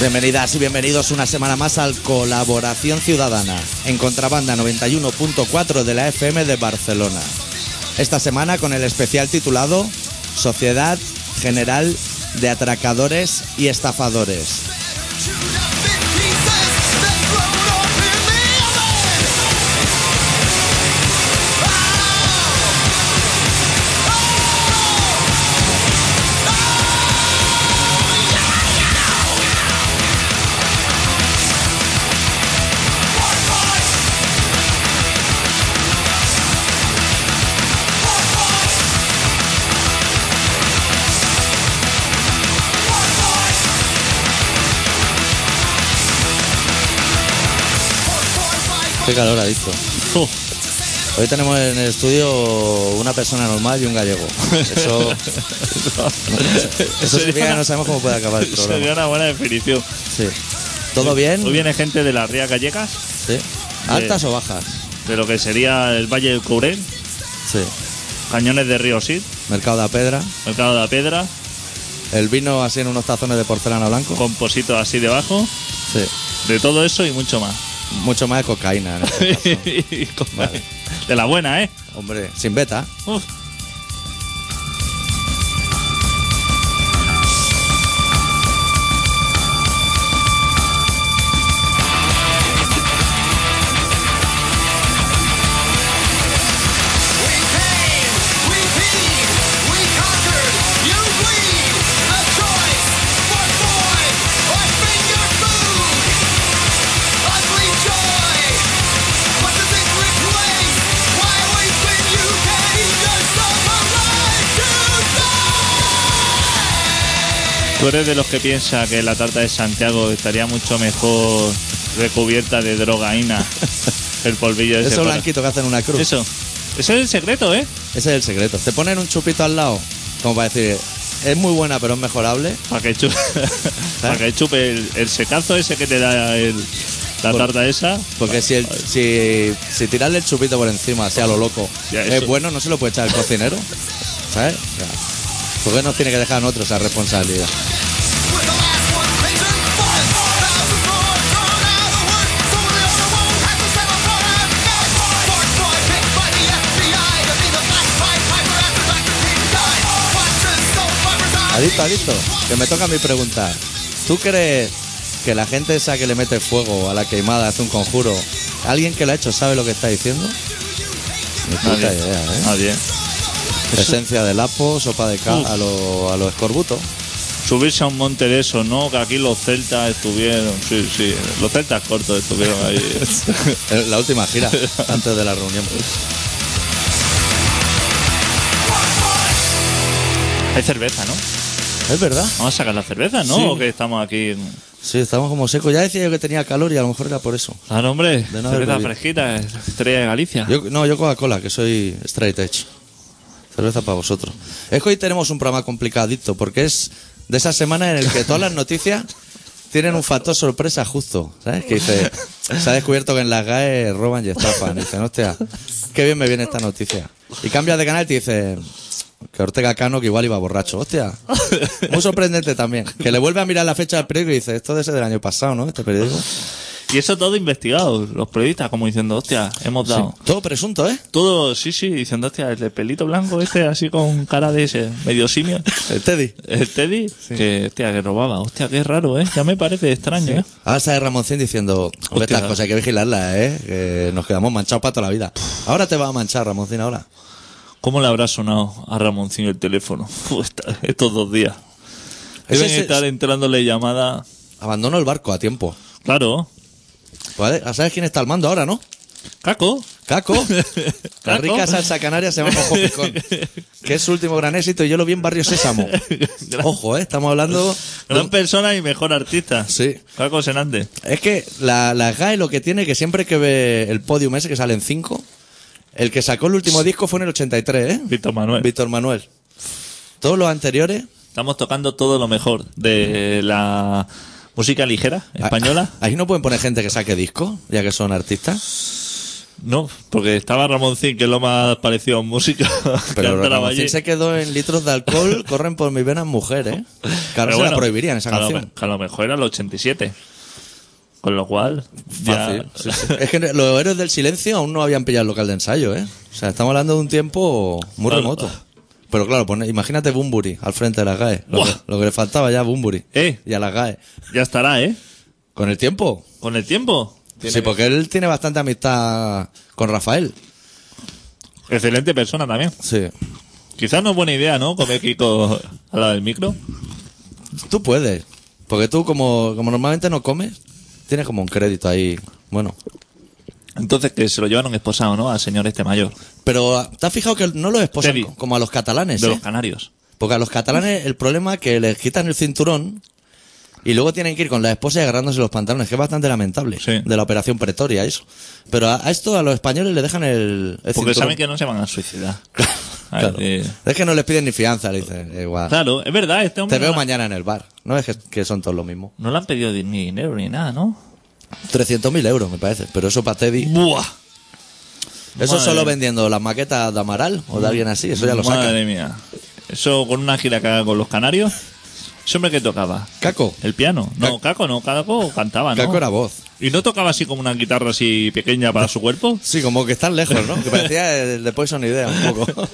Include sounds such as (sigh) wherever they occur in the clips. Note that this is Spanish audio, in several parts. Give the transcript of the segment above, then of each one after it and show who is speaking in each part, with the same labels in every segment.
Speaker 1: Bienvenidas y bienvenidos una semana más al Colaboración Ciudadana, en contrabanda 91.4 de la FM de Barcelona. Esta semana con el especial titulado Sociedad General de Atracadores y Estafadores. Qué calor ha dicho. Hoy tenemos en el estudio una persona normal y un gallego. Eso, (laughs) eso significa que no sabemos cómo puede acabar el
Speaker 2: Sería
Speaker 1: programa.
Speaker 2: una buena definición.
Speaker 1: Sí. ¿Todo
Speaker 2: Hoy
Speaker 1: bien?
Speaker 2: viene gente de las Rías Gallegas,
Speaker 1: Sí. ¿Altas o bajas?
Speaker 2: de lo que sería el Valle del Courel,
Speaker 1: Sí.
Speaker 2: Cañones de Río Sid,
Speaker 1: Mercado de la Pedra.
Speaker 2: Mercado de la Pedra,
Speaker 1: El vino así en unos tazones de porcelana blanco.
Speaker 2: Compositos así debajo,
Speaker 1: Sí.
Speaker 2: de todo eso y mucho más.
Speaker 1: Mucho más de cocaína.
Speaker 2: (laughs)
Speaker 1: en este caso. (laughs) Vale.
Speaker 2: De la buena, ¿eh?
Speaker 1: Hombre, sin beta.
Speaker 2: Uf.
Speaker 3: We came, we beat, we conquered, you bleed. A choice, what boy, what finger food? Ugly joy, what does it replace? Why wait when you gave yourself a right to die?
Speaker 2: Tú eres de los que piensa que la tarta de Santiago estaría mucho mejor recubierta de drogaína. El polvillo ese
Speaker 1: Eso
Speaker 2: para-
Speaker 1: blanquito que hacen una cruz.
Speaker 2: Eso. Ese es el secreto, ¿eh?
Speaker 1: Ese es el secreto. Te ponen un chupito al lado, como para decir, es muy buena pero es mejorable.
Speaker 2: Para que (laughs) chupe, para que chupe el, el secazo ese que te da el- la
Speaker 1: Por-
Speaker 2: tarta esa.
Speaker 1: Porque si, el- si, si tirarle el chupito por encima, sea lo loco,
Speaker 2: Ya,
Speaker 1: es
Speaker 2: eso.
Speaker 1: bueno, no se lo puede echar el cocinero. ¿Sabes? O sea, Porque nos tiene que dejar a nosotros esa responsabilidad.
Speaker 3: With the last one patient, four thousand more thrown out of work. Someone on the wall has to settle for that guy. Fort boy picked by the FBI to be the black pipe piper after Dr. King died. Watchers, soul pipers, eyes.
Speaker 1: Adicto, adicto, que me toca mi pregunta. ¿Tú crees que la gente esa que le mete fuego a la queimada hace un conjuro? ¿Alguien que lo ha hecho sabe lo que está diciendo? Ni puta
Speaker 2: Nadie.
Speaker 1: idea, ¿eh?
Speaker 2: Nadie.
Speaker 1: Esencia de lapo, sopa de ca
Speaker 2: Uf.
Speaker 1: a los a lo escorbuto.
Speaker 2: Subirse a un monte de eso, ¿no? Que aquí los celtas estuvieron. Sí, sí. Los celtas cortos estuvieron ahí.
Speaker 1: Eh, La última (laughs) gira, antes de la reunión.
Speaker 2: (laughs) Hay cerveza, ¿no?
Speaker 1: Es verdad.
Speaker 2: Vamos a sacar la cerveza, ¿no?
Speaker 1: Sí.
Speaker 2: ¿O que estamos aquí. en-
Speaker 1: Sí, estamos como secos. Ya decía yo que tenía calor y a lo mejor era por eso.
Speaker 2: Claro, hombre.
Speaker 1: De no haber
Speaker 2: cerveza
Speaker 1: bebido.
Speaker 2: fresquita, estrella de Galicia.
Speaker 1: Yo, no, yo Coca-Cola, que soy straight edge. Cerveza para vosotros. Es que hoy tenemos un programa complicadito, porque es de esa semana en el que todas las noticias tienen un factor sorpresa justo. ¿Sabes? Que dice, se ha descubierto que en las GAE roban y estafan. Y dicen, hostia, qué bien me viene esta noticia. Y cambias de canal y te dice que Ortega Cano que igual iba borracho. Hostia, muy sorprendente también. Que le vuelve a mirar la fecha del periódico y dice, esto debe ser del año pasado, ¿no? Este periódico.
Speaker 2: Y eso todo investigado. Los periodistas, como diciendo, hostia, hemos dado.
Speaker 1: Todo presunto, ¿eh?
Speaker 2: Todo, sí, sí, diciendo, hostia, el de pelito blanco este, así con cara de ese, medio (laughs) simio.
Speaker 1: El Eh, Teddy.
Speaker 2: El Teddy, que, hostia, que robaba. Hostia, qué raro, ¿eh? Ya me parece extraño, ¿eh?
Speaker 1: Ahora sale Ramoncín diciendo, hombre,
Speaker 2: Hostia.
Speaker 1: estas cosas hay que vigilarlas, ¿eh? Que nos quedamos manchados para toda la vida. Ahora te va a manchar, Ramoncín, ahora.
Speaker 2: ¿Cómo le habrá sonado a Ramoncín el teléfono (laughs) Uf, esta- estos dos días? Deben
Speaker 1: Ese-
Speaker 2: estar entrándole llamadas.
Speaker 1: Abandono el barco a tiempo.
Speaker 2: Claro.
Speaker 1: Vale, ya ¿Sabes quién está al mando ahora, no?
Speaker 2: Caco. (laughs)
Speaker 1: Caco. La
Speaker 2: Caco.
Speaker 1: rica salsa canaria se llama Ojo Picón. Que es su último gran éxito y yo lo vi en Barrio Sésamo. Ojo, ¿eh? Estamos hablando... de
Speaker 2: Gran
Speaker 1: un-
Speaker 2: persona y mejor artista.
Speaker 1: Sí.
Speaker 2: Caco Senante.
Speaker 1: Es que la, la GAE lo que tiene que siempre que ve el podium ese que salen cinco, el que sacó el último disco fue en el 83, ¿eh?
Speaker 2: Víctor Manuel.
Speaker 1: Víctor Manuel. Todos los anteriores...
Speaker 2: Estamos tocando todo lo mejor de la música ligera española. (laughs)
Speaker 1: Ah, Ahí no pueden poner gente que saque disco, ya que son artistas.
Speaker 2: No, porque estaba Ramoncín, que es lo más parecido a un músico. (laughs) que
Speaker 1: Pero
Speaker 2: andaba
Speaker 1: Ramoncín
Speaker 2: allí.
Speaker 1: se quedó en litros de
Speaker 2: (laughs)
Speaker 1: alcohol, corren por mis venas mujeres. ¿eh? Claro,
Speaker 2: Pero
Speaker 1: se la
Speaker 2: bueno,
Speaker 1: prohibirían esa
Speaker 2: a lo,
Speaker 1: canción.
Speaker 2: me- a lo mejor era el 87. Con lo cual, ya.
Speaker 1: Fácil, sí, sí. Es que los héroes del silencio aún no habían pillado el local de ensayo, ¿eh? O sea, estamos hablando de un tiempo muy
Speaker 2: Claro.
Speaker 1: remoto. Pero claro, pone- imagínate Bumburi al frente de las GAE. Lo, que,
Speaker 2: Buah.
Speaker 1: lo que le faltaba ya a Bumburi.
Speaker 2: Eh.
Speaker 1: Y a las GAE.
Speaker 2: Ya estará, ¿eh?
Speaker 1: Con el tiempo.
Speaker 2: Con el tiempo.
Speaker 1: sí,
Speaker 2: pues,
Speaker 1: porque él tiene bastante amistad con Rafael.
Speaker 2: Excelente persona también.
Speaker 1: Sí.
Speaker 2: Quizás no es buena idea, ¿no? Comer Kiko (laughs) al lado del micro.
Speaker 1: Tú puedes. Porque tú, como, como normalmente no comes, tienes como un crédito ahí. Bueno.
Speaker 2: Entonces, que se lo llevaron esposado, ¿no? Al señor este mayor.
Speaker 1: Pero, ah, ¿te has fijado que no los esposan
Speaker 2: Teddy.
Speaker 1: co- como a los catalanes?
Speaker 2: De
Speaker 1: eh?
Speaker 2: los canarios.
Speaker 1: Porque a los catalanes el problema es que les quitan el cinturón y luego tienen que ir con la esposa y agarrándose los pantalones, que es bastante lamentable.
Speaker 2: Sí.
Speaker 1: De la operación Pretoria, eso. Pero a, a esto a los españoles le dejan el, el
Speaker 2: Porque
Speaker 1: cinturón.
Speaker 2: saben que no se van a suicidar.
Speaker 1: (laughs)
Speaker 2: A
Speaker 1: Claro.
Speaker 2: ver, eh,
Speaker 1: Es que no les piden ni fianza, le dicen. Igual.
Speaker 2: claro, es verdad, este hombre.
Speaker 1: Te veo
Speaker 2: no,
Speaker 1: mañana en el bar. No es que, que son todos lo mismo.
Speaker 2: no le han pedido ni dinero ni nada, ¿no?
Speaker 1: 300.000 euros, me parece. Pero eso para Teddy.
Speaker 2: ¡Buah!
Speaker 1: Eso
Speaker 2: Madre.
Speaker 1: solo vendiendo las maquetas de Amaral o de alguien así. Eso ya lo sacan.
Speaker 2: Madre mía. Eso con una gira que haga con los canarios. Ese hombre que tocaba.
Speaker 1: Caco.
Speaker 2: El piano. No,
Speaker 1: Caco.
Speaker 2: Caco no, Caco cantaba, ¿no?
Speaker 1: Caco era voz.
Speaker 2: ¿Y no tocaba así como una guitarra así pequeña para su cuerpo?
Speaker 1: Sí, como que están lejos, ¿no? Que parecía el de Poison Idea un
Speaker 2: (laughs)
Speaker 1: poco.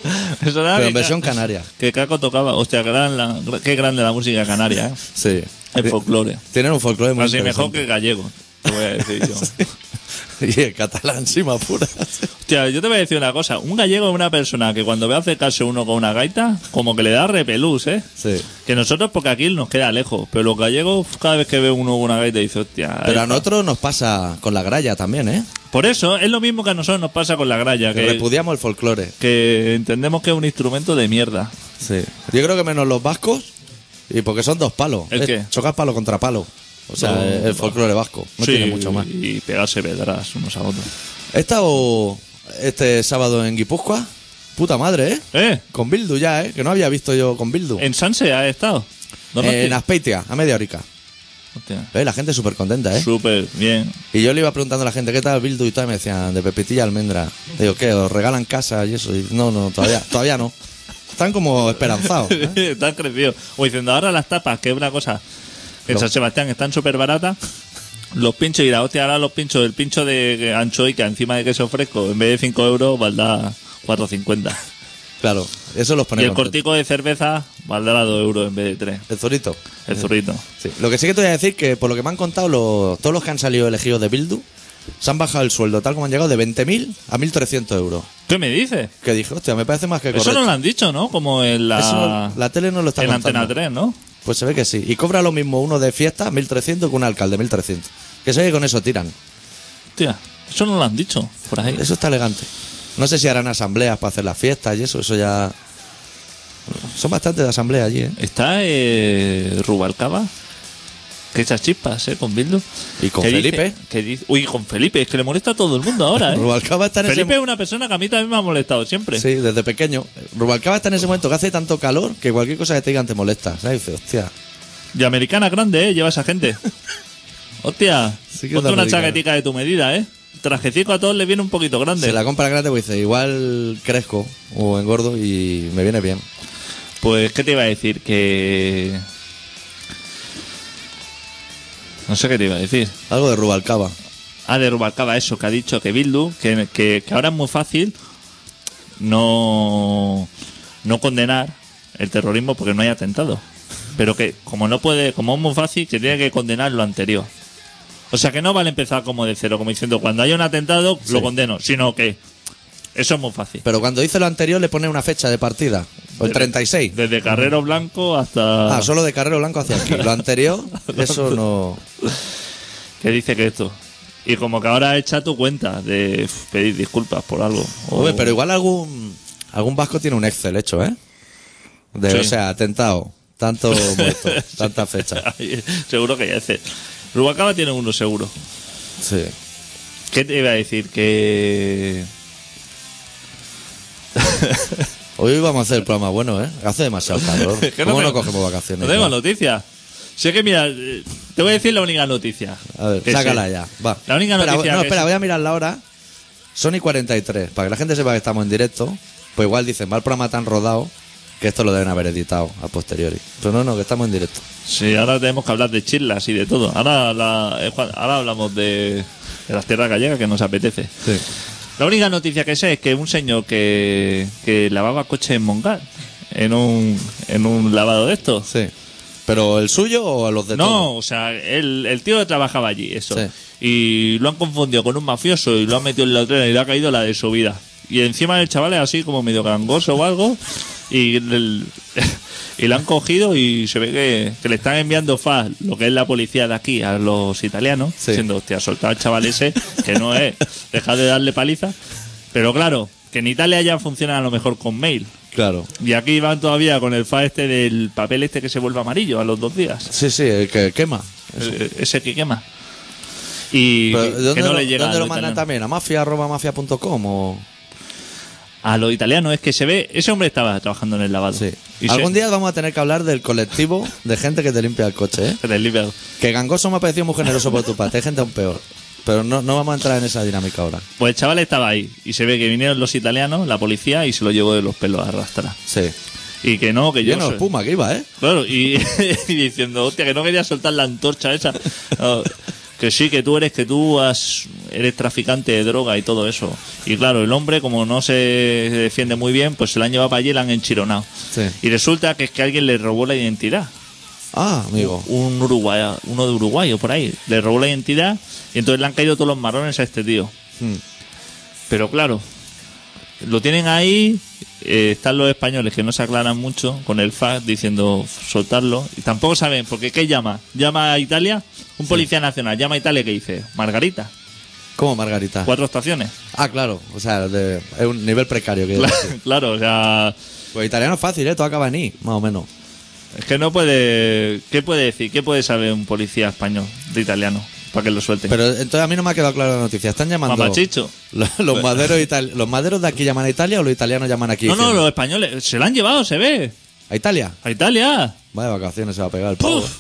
Speaker 2: Eso era
Speaker 1: Pero
Speaker 2: que
Speaker 1: en versión
Speaker 2: Ca-
Speaker 1: canaria.
Speaker 2: Que Caco tocaba. Hostia, gran la- qué grande la música canaria, ¿eh?
Speaker 1: Sí.
Speaker 2: El folclore.
Speaker 1: Tienen un folclore muy
Speaker 2: Así mejor
Speaker 1: interesante.
Speaker 2: que gallego. Te voy a decir yo.
Speaker 1: (laughs) Y el catalán, sí, me apuras.
Speaker 2: Hostia, yo te voy a decir una cosa. Un gallego es una persona que cuando ve acercarse uno con una gaita, como que le da repelús, ¿eh?
Speaker 1: Sí.
Speaker 2: Que nosotros, porque aquí nos queda lejos, pero los gallegos, cada vez que ve uno con una gaita, dice, hostia. ahí
Speaker 1: Pero a
Speaker 2: está.
Speaker 1: nosotros nos pasa con la gralla también, ¿eh?
Speaker 2: Por eso es lo mismo que a nosotros nos pasa con la gralla,
Speaker 1: Que
Speaker 2: que,
Speaker 1: repudiamos el folclore.
Speaker 2: que entendemos que es un instrumento de mierda.
Speaker 1: Sí. Yo creo que menos los vascos, y porque son dos palos.
Speaker 2: ¿El
Speaker 1: Es
Speaker 2: qué?
Speaker 1: Chocar palo contra palo. O sea,
Speaker 2: No,
Speaker 1: el folclore vasco. No
Speaker 2: Sí,
Speaker 1: tiene mucho más.
Speaker 2: Y pegarse pedras unos a otros.
Speaker 1: He estado este sábado en Guipúzcoa. Puta madre, ¿eh?
Speaker 2: ¿Eh?
Speaker 1: Con Bildu ya, ¿eh? Que no había visto yo con Bildu.
Speaker 2: ¿En Sanse has estado? ¿No
Speaker 1: Eh, en Aspeitia, a media horica. Eh, la gente súper contenta, ¿eh?
Speaker 2: Súper
Speaker 1: (laughs)
Speaker 2: bien.
Speaker 1: Y yo le iba preguntando a la gente, ¿qué tal Bildu? Y todas me decían, de Pepitilla Almendra. Digo, ¿qué? ¿Os regalan casa y eso? Y, no, no,
Speaker 2: (laughs)
Speaker 1: todavía, todavía no. Están como esperanzados. ¿eh?
Speaker 2: Estás crecido. O diciendo, ahora las tapas, que es una cosa. En
Speaker 1: No.
Speaker 2: San Sebastián están súper baratas. Los pinchos, y la hostia, ahora los pinchos, el pincho de anchoica encima de queso fresco, en vez de 5 euros, valdrá 4,50.
Speaker 1: Claro, eso los
Speaker 2: Y
Speaker 1: ponemos.
Speaker 2: el cortico de cerveza valdrá 2 euros en vez de 3.
Speaker 1: El zorito.
Speaker 2: El zurrito.
Speaker 1: Sí. Lo que sí que te voy a decir que, por lo que me han contado, los- todos los que han salido elegidos de Bildu se han bajado el sueldo, tal como han llegado, de 20.000 a 1.300 euros.
Speaker 2: ¿Qué me dices?
Speaker 1: Que dije, hostia, me parece más que correcto.
Speaker 2: Eso no lo han dicho, ¿no? Como en la,
Speaker 1: Eso la tele no lo está
Speaker 2: en
Speaker 1: contando.
Speaker 2: Antena 3, ¿no?
Speaker 1: Pues se ve que sí. Y cobra lo mismo uno de fiesta, 1.300, que un alcalde, 1.300. Que se ve que con eso tiran.
Speaker 2: Hostia, eso no lo han dicho por ahí.
Speaker 1: Eso está elegante. No sé si harán asambleas para hacer las fiestas y eso, eso ya. Son bastantes de asambleas allí, ¿eh?
Speaker 2: Está eh, Rubalcaba. Que echa chispas, ¿eh? Con Bildu.
Speaker 1: Y con
Speaker 2: Que dice-
Speaker 1: Felipe.
Speaker 2: que dice- uy, con Felipe. Es que le molesta a todo el mundo ahora,
Speaker 1: (laughs)
Speaker 2: ¿eh?
Speaker 1: Rubalcaba está en ese
Speaker 2: Felipe es una persona que a mí también me ha molestado siempre.
Speaker 1: Sí, desde pequeño. Rubalcaba está en ese momento que hace tanto calor que cualquier cosa que te digan te molesta. ¿sabes? Y dices, hostia.
Speaker 2: Y americana grande, ¿eh? Lleva
Speaker 1: (laughs)
Speaker 2: esa gente. Hostia.
Speaker 1: Sí que es
Speaker 2: ponte una
Speaker 1: americana.
Speaker 2: chaquetica de tu medida, ¿eh? El Trajecico a todos le viene un poquito grande.
Speaker 1: Se la compra grande, pues dice, igual crezco o engordo y me viene bien.
Speaker 2: Pues, ¿qué te iba a decir? Que... No sé qué te iba a decir.
Speaker 1: Algo de Rubalcaba.
Speaker 2: Ah, de Rubalcaba, eso, que ha dicho que Bildu, que, que- que ahora es muy fácil no, no condenar el terrorismo porque no hay atentado. Pero que, como no puede, como es muy fácil, que tiene que condenar lo anterior. O sea, que no vale empezar como de cero, como diciendo, cuando haya un atentado, lo condeno, sino que eso es muy fácil.
Speaker 1: Pero cuando dice lo anterior le pone una fecha de partida. O el 36.
Speaker 2: Desde Carrero Blanco hasta...
Speaker 1: Ah, solo de Carrero Blanco hacia aquí. Lo
Speaker 2: (laughs)
Speaker 1: anterior, eso no.
Speaker 2: que dice que esto. Y como que ahora echa tu cuenta de pff, pedir disculpas por algo. O-
Speaker 1: Hombre, pero igual algún algún vasco tiene un Excel hecho, ¿eh? De,
Speaker 2: Sí.
Speaker 1: O sea, atentado,
Speaker 2: (laughs)
Speaker 1: tanto muerto, tanta fecha.
Speaker 2: seguro que ya hace. Rubacaba tiene uno seguro.
Speaker 1: Sí.
Speaker 2: ¿Qué te iba a decir? Que.
Speaker 1: Hoy vamos a hacer el programa bueno, ¿eh? Hace demasiado calor.
Speaker 2: (laughs) Es que
Speaker 1: ¿Cómo no,
Speaker 2: tengo-
Speaker 1: cogemos vacaciones?
Speaker 2: No tengo
Speaker 1: ya?
Speaker 2: noticias. Sé que, mira, eh, te voy a decir la única noticia.
Speaker 1: A ver,
Speaker 2: Que
Speaker 1: sácala
Speaker 2: sé.
Speaker 1: ya. Va.
Speaker 2: La única
Speaker 1: Espera,
Speaker 2: noticia.
Speaker 1: No,
Speaker 2: que
Speaker 1: espera,
Speaker 2: sé-
Speaker 1: voy a mirar la hora. Sony 43, para que la gente sepa que estamos en directo, pues igual dicen, va el programa tan rodado que esto lo deben haber editado a posteriori. Pero no, no, que estamos en directo.
Speaker 2: Sí, ahora tenemos que hablar de chirlas y de todo. Ahora, la- eh, Juan, ahora hablamos de, de las tierras gallegas que nos apetece. La única noticia que sé es que un señor que, que lavaba coches en Mongal, en un, en un lavado de estos.
Speaker 1: Sí. ¿Pero el suyo o a los de
Speaker 2: no,
Speaker 1: todo?
Speaker 2: o sea, el, el tío trabajaba allí, eso.
Speaker 1: Sí.
Speaker 2: Y lo han confundido con un mafioso y lo han metido en la trena y le ha caído la de su vida. Y encima el chaval es así como medio gangoso o algo. Y, el- (laughs) y lo han cogido y se ve que, que le están enviando faz, lo que es la policía de aquí, a los italianos.
Speaker 1: Sí.
Speaker 2: Diciendo, hostia, soltad al chaval ese, que no es, dejad de darle paliza. Pero claro, que en Italia ya funciona a lo mejor con mail.
Speaker 1: Claro.
Speaker 2: Y aquí van todavía con el fa este del papel este que se vuelve amarillo a los dos días.
Speaker 1: Sí, sí, el que quema.
Speaker 2: Eh, ese que quema. Y
Speaker 1: Pero, ¿de
Speaker 2: que
Speaker 1: ¿Dónde,
Speaker 2: no
Speaker 1: lo,
Speaker 2: le llega
Speaker 1: dónde
Speaker 2: a
Speaker 1: lo
Speaker 2: los
Speaker 1: mandan
Speaker 2: italianos.
Speaker 1: también? ¿A mafia, arroba mafia.com o...?
Speaker 2: A los italianos es que se ve, ese hombre estaba trabajando en el lavado.
Speaker 1: Sí.
Speaker 2: Y se-
Speaker 1: Algún día vamos a tener que hablar del colectivo de gente que te limpia el coche, ¿eh?
Speaker 2: se limpia.
Speaker 1: Que gangoso me ha parecido muy generoso por tu parte. Hay gente aún peor. Pero no, no vamos a entrar en esa dinámica ahora.
Speaker 2: Pues el chaval estaba ahí y se ve que vinieron los italianos, la policía y se lo llevó de los pelos a arrastrar.
Speaker 1: Sí.
Speaker 2: Y que no, que yo
Speaker 1: Lleno de
Speaker 2: soy-
Speaker 1: espuma que iba, ¿eh?
Speaker 2: Claro, y, (laughs) y diciendo, hostia, que no quería soltar la antorcha esa. No, que sí, que tú eres, que tú has- eres traficante de droga y todo eso. Y claro, el hombre, como no se defiende muy bien, pues se la han llevado para allí y la han enchironado.
Speaker 1: Sí.
Speaker 2: Y resulta que es que alguien le robó la identidad.
Speaker 1: Ah, amigo.
Speaker 2: Un uruguayo, uno de Uruguayo por ahí, le robó la identidad y entonces le han caído todos los marrones a este tío.
Speaker 1: Mm.
Speaker 2: Pero claro, lo tienen ahí, eh, están los españoles que no se aclaran mucho con el fax diciendo soltarlo. Y tampoco saben, porque ¿qué llama? ¿Llama a Italia? Un policía nacional, llama a Italia que dice, Margarita,
Speaker 1: ¿Cómo, Margarita?
Speaker 2: cuatro estaciones.
Speaker 1: Ah, claro. O sea, de- es un nivel precario. Que
Speaker 2: Claro, (laughs) claro, o sea,
Speaker 1: Pues italiano es fácil, ¿eh? Todo acaba en I, más o menos.
Speaker 2: es que no puede, ¿qué puede decir? ¿Qué puede saber un policía español de italiano para que lo suelten?
Speaker 1: Pero entonces a mí no me ha quedado clara la noticia. ¿Están llamando
Speaker 2: Mamachicho. Pues.
Speaker 1: los, los maderos itali- ¿Los maderos de aquí llaman a Italia o los italianos llaman aquí?
Speaker 2: no, no,
Speaker 1: diciendo,
Speaker 2: los españoles, se la han llevado, se ve,
Speaker 1: ¿A Italia?
Speaker 2: a Italia.
Speaker 1: Vaya vacaciones se va a pegar el pavo.
Speaker 2: Puf.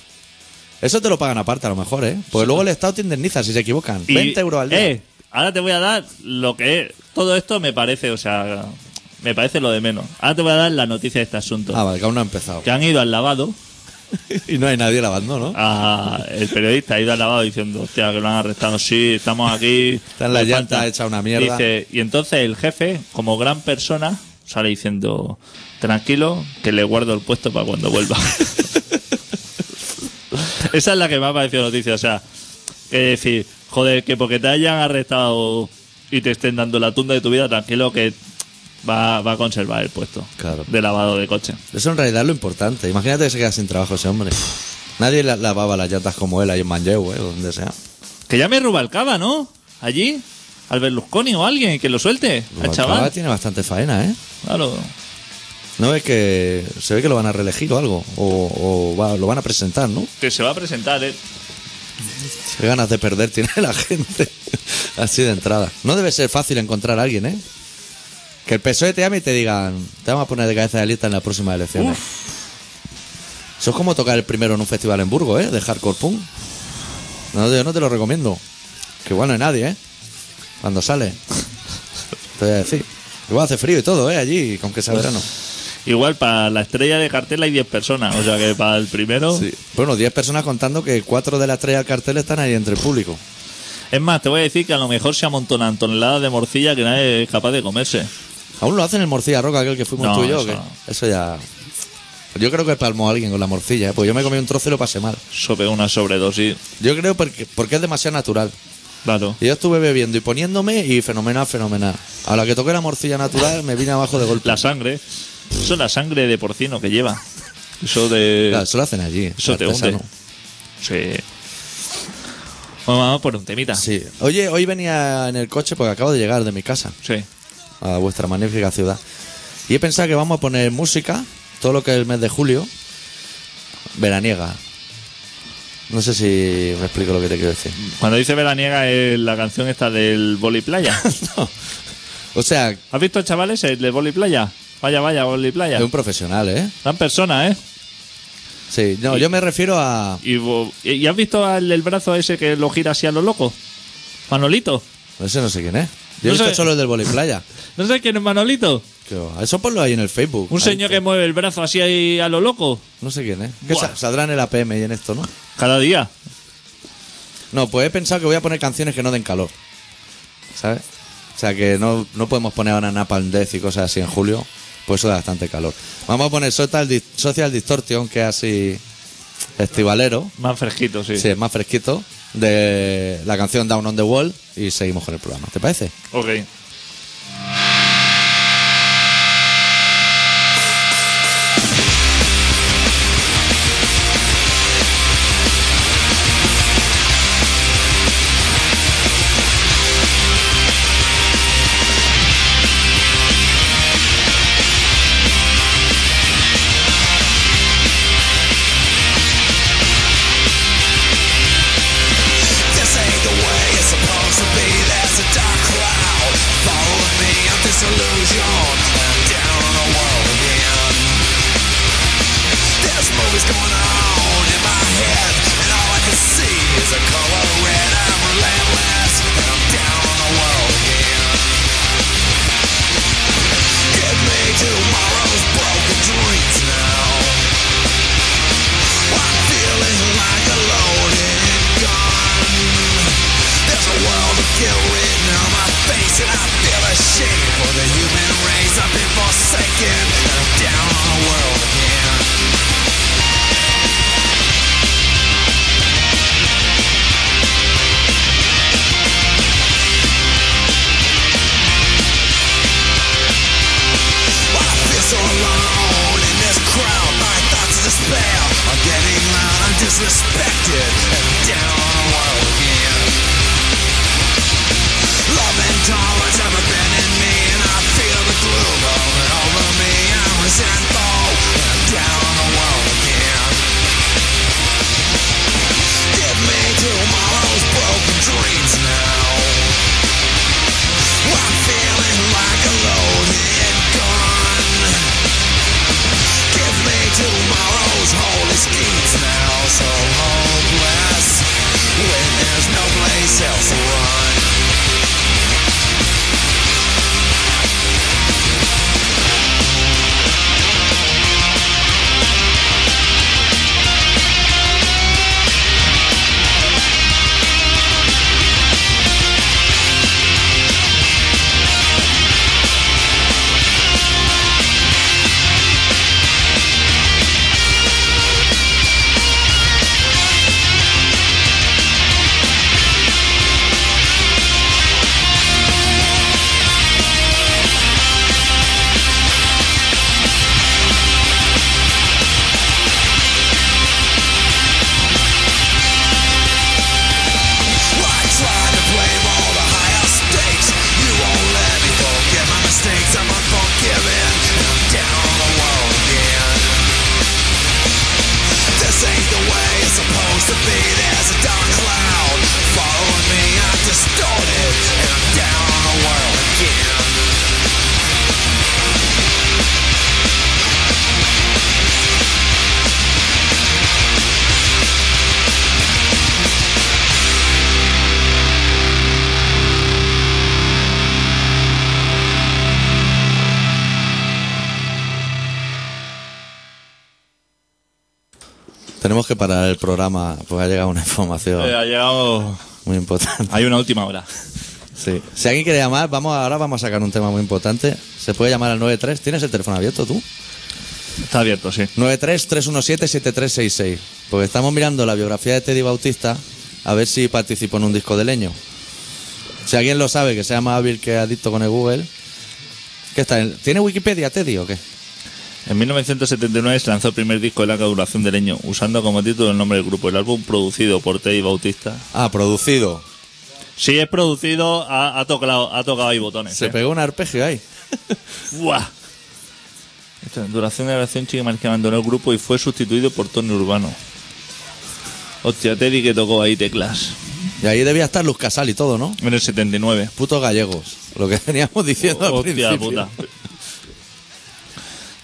Speaker 1: Eso te lo pagan aparte a lo mejor, ¿eh? Pues luego el Estado te indemniza si se equivocan.
Speaker 2: Y,
Speaker 1: 20 euros al día.
Speaker 2: eh, ahora te voy a dar lo que es. Todo esto me parece, o sea, me parece lo de menos. Ahora te voy a dar la noticia de este asunto.
Speaker 1: Ah, vale, que aún no ha
Speaker 2: (laughs)
Speaker 1: empezado.
Speaker 2: Que han ido al lavado.
Speaker 1: y no hay nadie lavando, ¿no?
Speaker 2: a- Ah, el periodista ha ido al lavado diciendo, hostia, que lo han arrestado. Sí, estamos aquí.
Speaker 1: Está en la
Speaker 2: nos
Speaker 1: llanta
Speaker 2: falta".
Speaker 1: hecha una mierda.
Speaker 2: Dice, y entonces el jefe, como gran persona, sale diciendo, tranquilo, que le guardo el puesto para cuando vuelva. (laughs) Esa es la que me ha parecido noticia. O sea, que decir, joder, que porque te hayan arrestado y te estén dando la tunda de tu vida, tranquilo que va, va a conservar el puesto
Speaker 1: Claro.
Speaker 2: de lavado de coche.
Speaker 1: Eso en realidad es lo importante. Imagínate que se queda sin trabajo ese hombre. Nadie la- lavaba las llantas como él ahí en Manlleu, ¿eh? O donde sea.
Speaker 2: Que llame Rubalcaba, ¿no? Allí, al Berlusconi o alguien, que lo suelte al
Speaker 1: Rubalcaba
Speaker 2: Ah, chaval.
Speaker 1: tiene bastante faena, ¿eh?
Speaker 2: Claro.
Speaker 1: No es que se ve que lo van a reelegir o algo. O, o va- lo van a presentar, ¿no?
Speaker 2: Que se va a presentar, ¿eh?
Speaker 1: Qué ganas de perder tiene la gente. (laughs) Así de entrada. No debe ser fácil encontrar a alguien, ¿eh? Que el PSOE E te llame y te digan, te vamos a poner de cabeza de lista en las próximas elecciones. Eso es como tocar el primero en un festival en Burgos, ¿eh? De hardcore punk. No, yo no te lo recomiendo. Que igual no hay nadie, ¿eh? Cuando sale. Te voy a decir. Igual hace frío y todo, ¿eh? Allí, con que sea verano.
Speaker 2: Igual para la estrella de cartel hay 10 personas, o sea que para el primero.
Speaker 1: Bueno, 10 personas contando que cuatro de las tres al cartel están ahí entre el público.
Speaker 2: Es más, te voy a decir que a lo mejor se amontonan toneladas de morcilla que nadie es capaz de comerse.
Speaker 1: ¿Aún lo hacen el morcilla roca, aquel que fuimos
Speaker 2: No,
Speaker 1: tú y yo?
Speaker 2: eso
Speaker 1: que-
Speaker 2: no.
Speaker 1: eso ya. Yo creo que palmó a alguien con la morcilla, ¿eh? porque yo me comí un trozo y lo pasé mal.
Speaker 2: Sobre una sobredosis.
Speaker 1: Yo creo porque, porque es demasiado natural.
Speaker 2: Claro.
Speaker 1: Y yo estuve bebiendo y poniéndome y fenomenal, fenomenal. A la que toqué la morcilla natural me vine abajo de golpe.
Speaker 2: (laughs) La sangre. Eso es la sangre de porcino que lleva. Eso de.
Speaker 1: Claro, eso lo hacen allí.
Speaker 2: eso te
Speaker 1: artesano.
Speaker 2: hunde. Sí. Bueno, vamos por un temita.
Speaker 1: Sí. Oye, hoy venía en el coche porque acabo de llegar de mi casa.
Speaker 2: Sí.
Speaker 1: a vuestra magnífica ciudad. Y he pensado que vamos a poner música, todo lo que es el mes de julio, veraniega. No sé si me explico lo que te quiero decir.
Speaker 2: Cuando dice veraniega es la canción esta del boli playa. (laughs)
Speaker 1: No. O sea,
Speaker 2: ¿Has visto chavales el de boli playa? Vaya, vaya, boli playa.
Speaker 1: es un profesional, ¿eh?
Speaker 2: Gran persona, ¿eh?
Speaker 1: Sí, no, yo me refiero a...
Speaker 2: Y, vo- y- y has visto al, el brazo ese que lo gira así a lo loco? Manolito.
Speaker 1: Ese no sé quién es. Yo he
Speaker 2: No
Speaker 1: visto
Speaker 2: sé.
Speaker 1: solo el del voliplaya.
Speaker 2: ¿No sé quién es Manolito?
Speaker 1: Que va. Eso ponlo ahí en el Facebook.
Speaker 2: Un
Speaker 1: Ahí,
Speaker 2: señor que mueve el brazo así ahí a lo loco.
Speaker 1: No sé quién es. Que
Speaker 2: Buah.
Speaker 1: sa- saldrá en el APM y en esto, ¿no?
Speaker 2: Cada día.
Speaker 1: No, pues he pensado que voy a poner canciones que no den calor. ¿Sabes? O sea que no, no podemos poner ahora Napalm Death y cosas así en julio. Pues eso da bastante calor. Vamos a poner Social, Dis- Social Distortion, que es así estivalero.
Speaker 2: Más fresquito, sí.
Speaker 1: Sí, es más fresquito. De la canción Down on the Wall. Y seguimos con el programa. ¿Te parece?
Speaker 2: Ok.
Speaker 3: This ain't the way it's supposed to be. There's a dark cloud following me. I'm disillusioned. I'm down on the world again. There's movies going on in my head, and all I can see is a color red. I'm relentless, and I'm down on the world again. Give me tomorrow's broken dreams now. I'm feeling like a loaded gun. There's a world of guilt written on my face, and I feel ashamed for the human race. I've been forsaken, and I'm down on the world again. I feel so alone in this crowd. My thoughts of despair are getting loud. I'm disrespected and down on the world again. Love and tolerance have abandoned me, and I feel the gloom rolling over me. I'm resentful and I'm down on the world again. Give me tomorrow's broken dreams now. I'm feeling like a loaded gun. Give me tomorrow's holy schemes now, so hopeless. When there's no place else to run. I try to blame all the higher stakes. You won't let me forget my mistakes. I'm unforgiving. I'm down on the world again. This ain't the way it's supposed to be. There's a dark cloud following me. I'm distorted and I'm down on the world again.
Speaker 1: Tenemos que parar el programa porque ha llegado una (laughs) información
Speaker 2: Eh, ha llegado.
Speaker 1: muy importante.
Speaker 2: Hay una última hora.
Speaker 1: Sí. Si alguien quiere llamar, vamos ahora vamos a sacar un tema muy importante. Se puede llamar al 93. ¿Tienes el teléfono abierto tú?
Speaker 2: Está abierto, sí.
Speaker 1: 93-317-7366. Porque estamos mirando la biografía de Teddy Bautista a ver si participó en un disco de leño. Si alguien lo sabe, que sea más hábil que adicto con el Google. ¿Qué está? ¿Tiene Wikipedia Teddy o qué?
Speaker 2: En 1979 se lanzó el primer disco de larga duración de Leño, usando como título el nombre del grupo. El álbum producido por Teddy Bautista.
Speaker 1: Ah, producido.
Speaker 2: Si es producido, ha, ha tocado, ha tocado ahí botones.
Speaker 1: Se
Speaker 2: eh.
Speaker 1: pegó un arpegio ahí.
Speaker 2: ¡Buah! Esto, en duración de relación, Chiquimarque abandonó el grupo y fue sustituido por Tony Urbano. Hostia, Teddy que tocó ahí teclas.
Speaker 1: Y ahí debía estar Luz Casal y todo, ¿no?
Speaker 2: En el 79.
Speaker 1: Putos gallegos. Lo que (laughs) veníamos diciendo al
Speaker 2: Hostia
Speaker 1: principio.
Speaker 2: puta.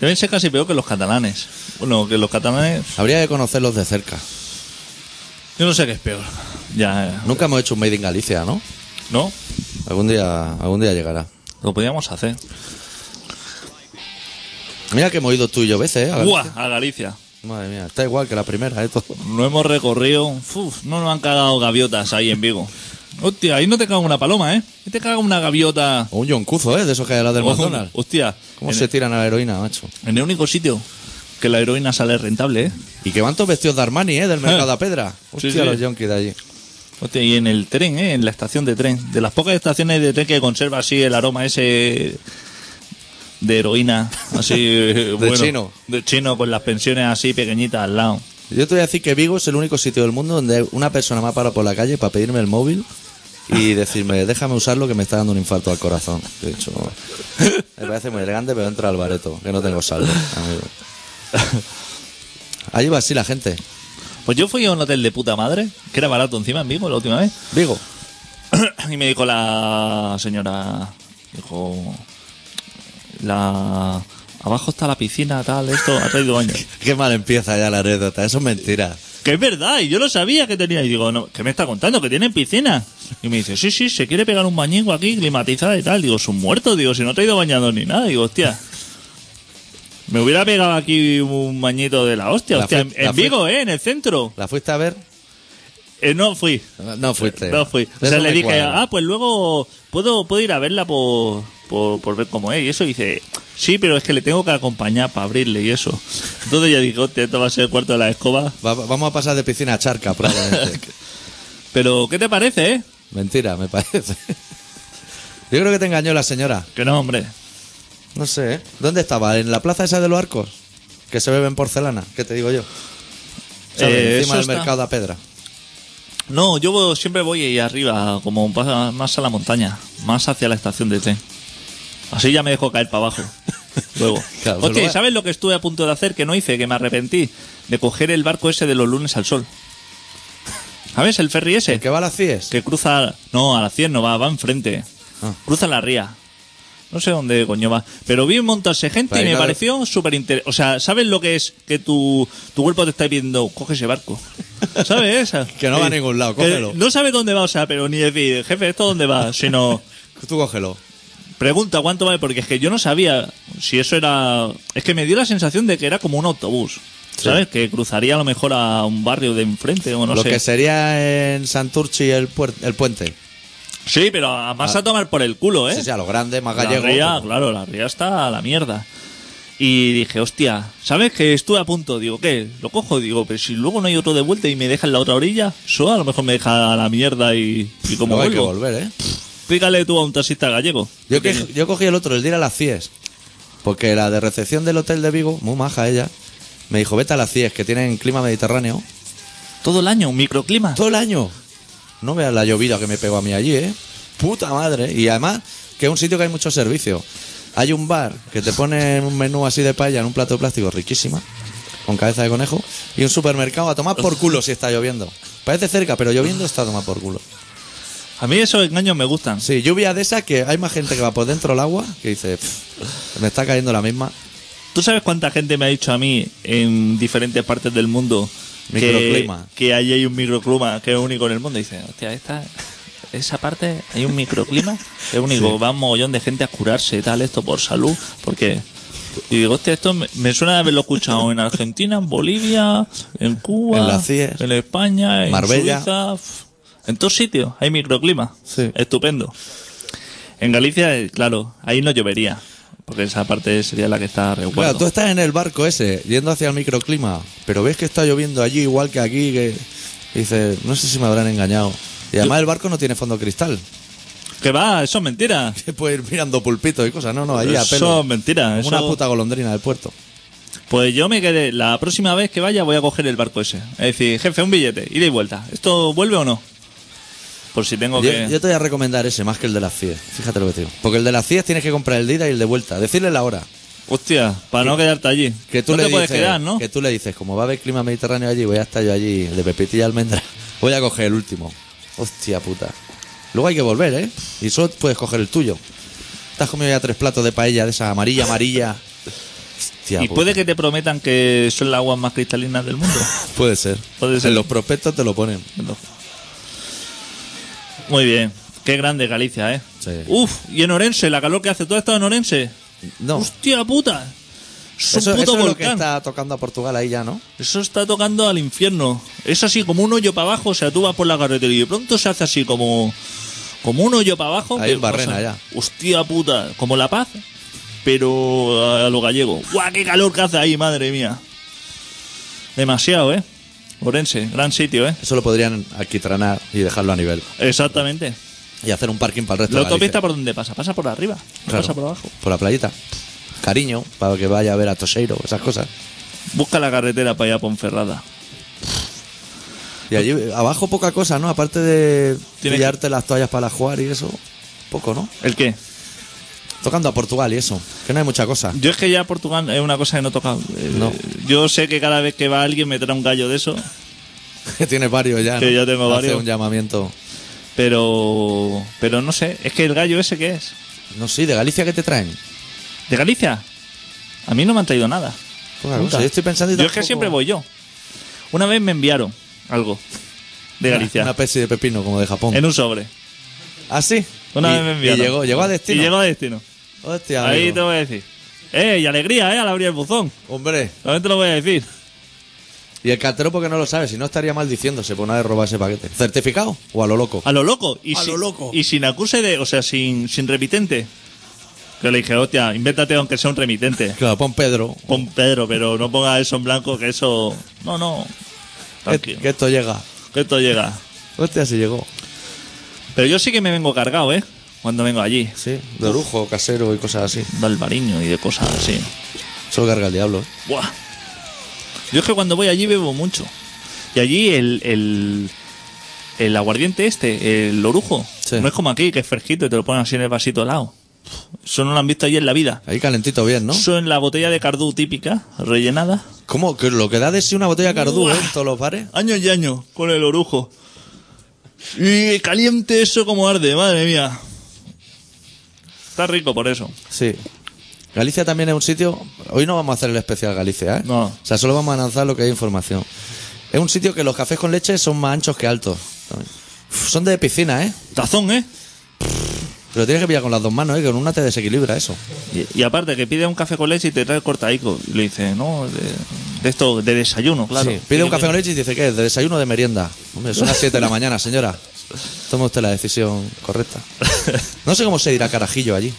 Speaker 2: Deben ser casi peor que los catalanes. Bueno, que los catalanes.
Speaker 1: Habría que conocerlos de cerca.
Speaker 2: Yo no sé qué es peor. Ya, eh,
Speaker 1: Nunca hemos hecho un Made in Galicia, ¿no?
Speaker 2: ¿no?
Speaker 1: Algún día, algún día llegará.
Speaker 2: Lo podíamos hacer.
Speaker 1: Mira que hemos ido tú y yo veces, ¿eh? A
Speaker 2: ¡Buah!
Speaker 1: Galicia.
Speaker 2: A Galicia.
Speaker 1: Madre mía, está igual que la primera, ¿eh? Todo.
Speaker 2: No hemos recorrido. Uf, no nos han cagado gaviotas ahí en Vigo. Hostia, ahí no te caga una paloma, ¿eh? Ahí te caga una gaviota.
Speaker 1: O un yoncuzo, ¿eh? De esos que hay al lado del McDonald's.
Speaker 2: Hostia.
Speaker 1: ¿Cómo
Speaker 2: Oh. en,
Speaker 1: se tiran a la heroína, macho?
Speaker 2: en el único sitio que la heroína sale rentable, ¿eh?
Speaker 1: Y que van todos vestidos de Armani,
Speaker 2: (laughs)
Speaker 1: ¿eh? Del mercado a pedra.
Speaker 2: Sí,
Speaker 1: Hostia,
Speaker 2: sí.
Speaker 1: los yonkis de allí.
Speaker 2: Hostia, y en el tren, ¿eh? En la estación de tren. De las pocas estaciones de tren que conserva así el aroma ese de heroína.
Speaker 1: (laughs)
Speaker 2: Así, de
Speaker 1: chino.
Speaker 2: De chino, con las pensiones así pequeñitas al lado.
Speaker 1: Yo te voy a decir que Vigo es el único sitio del mundo donde una persona me ha parado por la calle para pedirme el móvil
Speaker 2: (laughs)
Speaker 1: y decirme, déjame usarlo que me está dando un infarto al corazón. De hecho, me parece muy elegante, pero entra al bareto, que no tengo saldo, amigo. Allí va así la gente.
Speaker 2: Pues yo fui a un hotel de puta madre, que era barato encima en Vigo la última vez.
Speaker 1: Vigo.
Speaker 2: (clears throat) y me dijo la señora, dijo, la... Abajo está la piscina, tal, esto, ha
Speaker 1: (laughs)
Speaker 2: traído baño.
Speaker 1: Qué mal empieza ya la anécdota, eso es mentira.
Speaker 2: que es verdad, y yo lo sabía que tenía. Y digo, no, ¿qué me está contando? Que tienen piscina. Y me dice, sí, sí, se quiere pegar un bañingo aquí, climatizada y tal. Digo, son muertos, digo, si no te he ido bañado ni nada. Digo,
Speaker 1: (laughs)
Speaker 2: hostia. Me hubiera pegado aquí un bañito de la hostia,
Speaker 1: La
Speaker 2: hostia,
Speaker 1: fue-
Speaker 2: en,
Speaker 1: la
Speaker 2: en
Speaker 1: fue-
Speaker 2: Vigo, ¿eh? En el centro.
Speaker 1: ¿La fuiste a ver?
Speaker 2: Eh, no fui.
Speaker 1: No fuiste.
Speaker 2: No fui. O sea,
Speaker 1: Eso
Speaker 2: le
Speaker 1: me
Speaker 2: dije,
Speaker 1: cuadra.
Speaker 2: ah, pues luego puedo, puedo ir a verla por, por, por ver cómo es. Y eso dice, sí, pero es que le tengo que acompañar para abrirle y eso. Entonces ya dije, hostia, esto va a ser el cuarto de la escoba.
Speaker 1: Va- vamos a pasar de piscina a charca, probablemente.
Speaker 2: (laughs) Pero, ¿qué te parece, eh?
Speaker 1: mentira, me parece. Yo creo que te engañó la señora.
Speaker 2: Que no, hombre.
Speaker 1: No sé, ¿eh? ¿Dónde estaba? ¿En la plaza esa de los arcos? Que se beben porcelana, ¿qué te digo yo? ¿Sabes?
Speaker 2: Eh,
Speaker 1: Encima del
Speaker 2: eso está-
Speaker 1: mercado a pedra.
Speaker 2: No, yo vo- siempre voy ahí arriba, como un paso más a la montaña, más hacia la estación de tren. Así ya me dejo caer
Speaker 1: (laughs)
Speaker 2: para abajo. Luego.
Speaker 1: Claro,
Speaker 2: Hostia,
Speaker 1: pero-
Speaker 2: ¿y ¿sabes lo que estuve a punto de hacer que no hice, que me arrepentí? De coger el barco ese de los lunes al sol. ¿Sabes? El ferry ese.
Speaker 1: ¿El que va a las CIES?
Speaker 2: Que cruza. No, a la 100 no va, va enfrente.
Speaker 1: Ah.
Speaker 2: Cruza la ría. No sé dónde coño va. Pero vi montarse gente
Speaker 1: Para
Speaker 2: y
Speaker 1: ir
Speaker 2: me
Speaker 1: a ver-
Speaker 2: pareció súper interesante. O sea, ¿sabes lo que es que tu, tu cuerpo te está pidiendo? Coge ese
Speaker 1: (laughs)
Speaker 2: barco. ¿Sabes? Esa.
Speaker 1: Que no va a ningún lado,
Speaker 2: que
Speaker 1: cógelo.
Speaker 2: No sabe dónde va, o sea, pero ni decir, jefe, ¿esto dónde va? Sino,
Speaker 1: Tú cógelo.
Speaker 2: pregunta cuánto vale, porque es que yo no sabía si eso era. Es que me dio la sensación de que era como un autobús. ¿Sabes? Que cruzaría a lo mejor a un barrio de enfrente o no
Speaker 1: Lo
Speaker 2: sé.
Speaker 1: que sería en Santurchi el, puer- el puente.
Speaker 2: ¿Eh? Sí, pero a- más a tomar por el culo, ¿eh?
Speaker 1: Ah. Sí, sí, a lo grande, más
Speaker 2: La
Speaker 1: gallego. pues.
Speaker 2: ría, claro, la ría está a la mierda. Y dije, hostia, ¿sabes que estuve a punto? Digo, ¿qué? Lo cojo, digo, pero si luego no hay otro de vuelta y me deja en la otra orilla, eso a lo mejor me deja a la mierda y, y como
Speaker 1: no hay que
Speaker 2: vuelvo.
Speaker 1: volver, ¿eh?
Speaker 2: Explícale tú a un taxista gallego.
Speaker 1: Yo, que- yo cogí el otro, el de ir a las CIES. Porque la de recepción del hotel de Vigo, muy maja ella, me dijo, vete a las CIES, que tienen clima mediterráneo.
Speaker 2: Todo el año, un microclima.
Speaker 1: Todo el año. No veas la llovida que me pegó a mí allí, ¿eh? Puta madre. Y además, que es un sitio que hay mucho servicio. Hay un bar que te pone un menú así de paella en un plato de plástico riquísima, con cabeza de conejo, y un supermercado a tomar por culo si está lloviendo. Parece cerca, pero lloviendo está a tomar por culo.
Speaker 2: A mí esos engaños me gustan.
Speaker 1: Sí, lluvia de esa que hay más gente que va por dentro del agua que dice, "Pff, me está cayendo la misma.
Speaker 2: ¿Tú sabes cuánta gente me ha dicho a mí en diferentes partes del mundo que,
Speaker 1: Microclima.
Speaker 2: que allí hay un microclima que es único en el mundo? Y dice, hostia, esta, esa parte hay un microclima que
Speaker 1: (laughs)
Speaker 2: es único. Va un mogollón de gente a curarse y tal, esto por salud, porque... Y digo, hostia, esto me, me suena de haberlo escuchado en Argentina, en Bolivia, en Cuba,
Speaker 1: En las CIES.
Speaker 2: en España, en
Speaker 1: E Marbella.
Speaker 2: Suiza, f- en todos sitios hay microclima.
Speaker 1: Sí.
Speaker 2: Estupendo. En Galicia, eh, claro, ahí no llovería. Porque esa parte sería la que está
Speaker 1: Claro,
Speaker 2: recuerdo.
Speaker 1: tú estás en el barco ese, yendo hacia el microclima, pero ves que está lloviendo allí igual que aquí, que dices, no sé si me habrán engañado. Y además el barco no tiene fondo cristal. (laughs)
Speaker 2: Que va, eso es mentira.
Speaker 1: Te puedes ir mirando pulpitos y cosas, no, no, allí a
Speaker 2: eso
Speaker 1: pelo.
Speaker 2: es mentira.
Speaker 1: Una
Speaker 2: eso-
Speaker 1: puta golondrina del puerto.
Speaker 2: Pues yo me quedé. La próxima vez que vaya voy a coger el barco ese. Es decir, jefe, un billete, ida y vuelta. ¿Esto vuelve o no? Por si tengo
Speaker 1: Yo-
Speaker 2: que.
Speaker 1: Yo, te voy a recomendar ese más que el de las CIES. Fíjate lo que te digo. Porque el de las CIES tienes que comprar el de ida y el de vuelta. Decirle la hora.
Speaker 2: Hostia, para no quedarte allí.
Speaker 1: Que tú
Speaker 2: no
Speaker 1: le
Speaker 2: te puedes
Speaker 1: dices-
Speaker 2: quedar, ¿no?
Speaker 1: Que tú le dices, como va a haber clima mediterráneo allí, voy a estar yo allí, el de Pepita y Almendra. (laughs) Voy a coger el último. Hostia puta. Luego hay que volver, ¿eh? Y solo puedes coger el tuyo. Estás comiendo ya tres platos de paella de esa amarilla, amarilla. Hostia
Speaker 2: Y
Speaker 1: puta.
Speaker 2: puede que te prometan que son las aguas más cristalinas del
Speaker 1: (laughs)
Speaker 2: mundo.
Speaker 1: Puede ser.
Speaker 2: Puede ser.
Speaker 1: En los prospectos te lo ponen.
Speaker 2: Muy bien. Qué grande Galicia, ¿eh?
Speaker 1: Sí.
Speaker 2: Uf, y en Orense, la calor que hace. ¿Tú has estado en Orense?
Speaker 1: No.
Speaker 2: ¡Hostia puta! Es un
Speaker 1: Eso,
Speaker 2: puto
Speaker 1: eso es lo que
Speaker 2: volcán.
Speaker 1: está tocando a Portugal ahí ya, ¿no?
Speaker 2: Eso está tocando al infierno. Es así como un hoyo para abajo. O sea, tú vas por la carretera y de pronto se hace así como. Como un hoyo para abajo.
Speaker 1: Ahí
Speaker 2: que-
Speaker 1: en Barrena,
Speaker 2: o sea,
Speaker 1: ya.
Speaker 2: Hostia puta. Como La Paz. Pero a, a lo gallego. ¡Guau, qué calor que hace ahí, madre mía! Demasiado, ¿eh? Orense, gran sitio, ¿eh?
Speaker 1: Eso lo podrían alquitranar y dejarlo a nivel.
Speaker 2: Exactamente.
Speaker 1: Y hacer un parking para el resto
Speaker 2: ¿La
Speaker 1: de Galicia.
Speaker 2: autopista por dónde pasa? Pasa por arriba. no
Speaker 1: Claro.
Speaker 2: Pasa por abajo.
Speaker 1: Por la playita. Cariño, para que vaya a ver a Toseiro, esas cosas.
Speaker 2: Busca la carretera para allá a Ponferrada.
Speaker 1: Y allí abajo poca cosa, ¿no? Aparte de
Speaker 2: Tienes-
Speaker 1: pillarte las toallas para jugar y eso, poco, ¿no?
Speaker 2: ¿El qué?
Speaker 1: Tocando a Portugal y eso, que no hay mucha
Speaker 2: (laughs)
Speaker 1: cosa.
Speaker 2: Yo es que ya Portugal es una cosa que no toca. Eh,
Speaker 1: No.
Speaker 2: Yo sé que cada vez que va alguien me trae un gallo de eso,
Speaker 1: Tienes varios ya, ¿no?
Speaker 2: Que ya tengo
Speaker 1: Hace
Speaker 2: varios.
Speaker 1: un llamamiento.
Speaker 2: pero pero no sé. Es que el gallo ese que es.
Speaker 1: No, sí, de Galicia que te traen.
Speaker 2: ¿De Galicia? A mí no me han traído nada.
Speaker 1: Poca
Speaker 2: Nunca.
Speaker 1: cosa. Yo Pues estoy pensando y
Speaker 2: Yo es que
Speaker 1: tampoco-
Speaker 2: siempre voy yo. Una vez me enviaron algo de Galicia.
Speaker 1: Una especie de pepino como de Japón.
Speaker 2: en un sobre.
Speaker 1: ¿Ah, sí?
Speaker 2: Una
Speaker 1: y,
Speaker 2: vez me enviaron.
Speaker 1: y llegó, llegó a destino.
Speaker 2: Y llegó a destino.
Speaker 1: Hostia,
Speaker 2: Ahí
Speaker 1: amigo.
Speaker 2: te voy a decir. ¡Eh! Y alegría, ¿eh? Al abrir el buzón.
Speaker 1: Hombre,
Speaker 2: También te lo voy a decir.
Speaker 1: y el cartero porque no lo sabe, si no estaría maldiciéndose por una vez robar ese paquete. ¿Certificado o a lo loco?
Speaker 2: A lo loco. Y
Speaker 1: A
Speaker 2: sin,
Speaker 1: lo loco.
Speaker 2: Y sin acuse de. O sea, sin, sin remitente. Que le dije, hostia, invéntate aunque sea un remitente.
Speaker 1: Claro, pon Pedro.
Speaker 2: Pon Pedro, pero no ponga eso en blanco, que eso. No, no.
Speaker 1: Que,
Speaker 2: Tranquilo.
Speaker 1: que esto llega.
Speaker 2: Que esto llega.
Speaker 1: Hostia, si llegó.
Speaker 2: Pero yo sí que me vengo cargado, ¿eh? Cuando vengo allí.
Speaker 1: Sí, de lujo, casero y cosas así.
Speaker 2: De albariño y de cosas así.
Speaker 1: Solo carga el diablo. ¿eh?
Speaker 2: Buah. Yo es que cuando voy allí bebo mucho. Y allí el. el el aguardiente este, el orujo,
Speaker 1: Sí.
Speaker 2: no es como aquí, que es fresquito y te lo ponen así en el vasito al lado. Eso no lo han visto allí en la vida.
Speaker 1: Ahí calentito bien, ¿no?
Speaker 2: Eso en la botella de cardú típica, rellenada.
Speaker 1: ¿Cómo? Que lo que da de sí una botella de cardú,
Speaker 2: Buah.
Speaker 1: ¿eh? En todos los bares.
Speaker 2: Años y años, con el orujo. Y caliente eso como arde, madre mía. Está rico por eso.
Speaker 1: Sí. Galicia también es un sitio. Hoy no vamos a hacer el especial Galicia, ¿eh?
Speaker 2: No.
Speaker 1: O sea, solo vamos a lanzar lo que hay información. Es un sitio que los cafés con leche son más anchos que altos. También. Uf, son de piscina, ¿eh?
Speaker 2: Tazón, ¿eh?
Speaker 1: Pero tienes que pillar con las dos manos, ¿eh? Que con una te desequilibra eso.
Speaker 2: Y, y aparte, que pide un café con leche y te trae cortaico. Y le dice, no, de, de esto, de desayuno, claro.
Speaker 1: Sí. Pide un café con leche y dice que es de desayuno o de merienda. Hombre, son las 7 de la mañana, señora. Tome usted la decisión correcta. No sé cómo se dirá carajillo allí.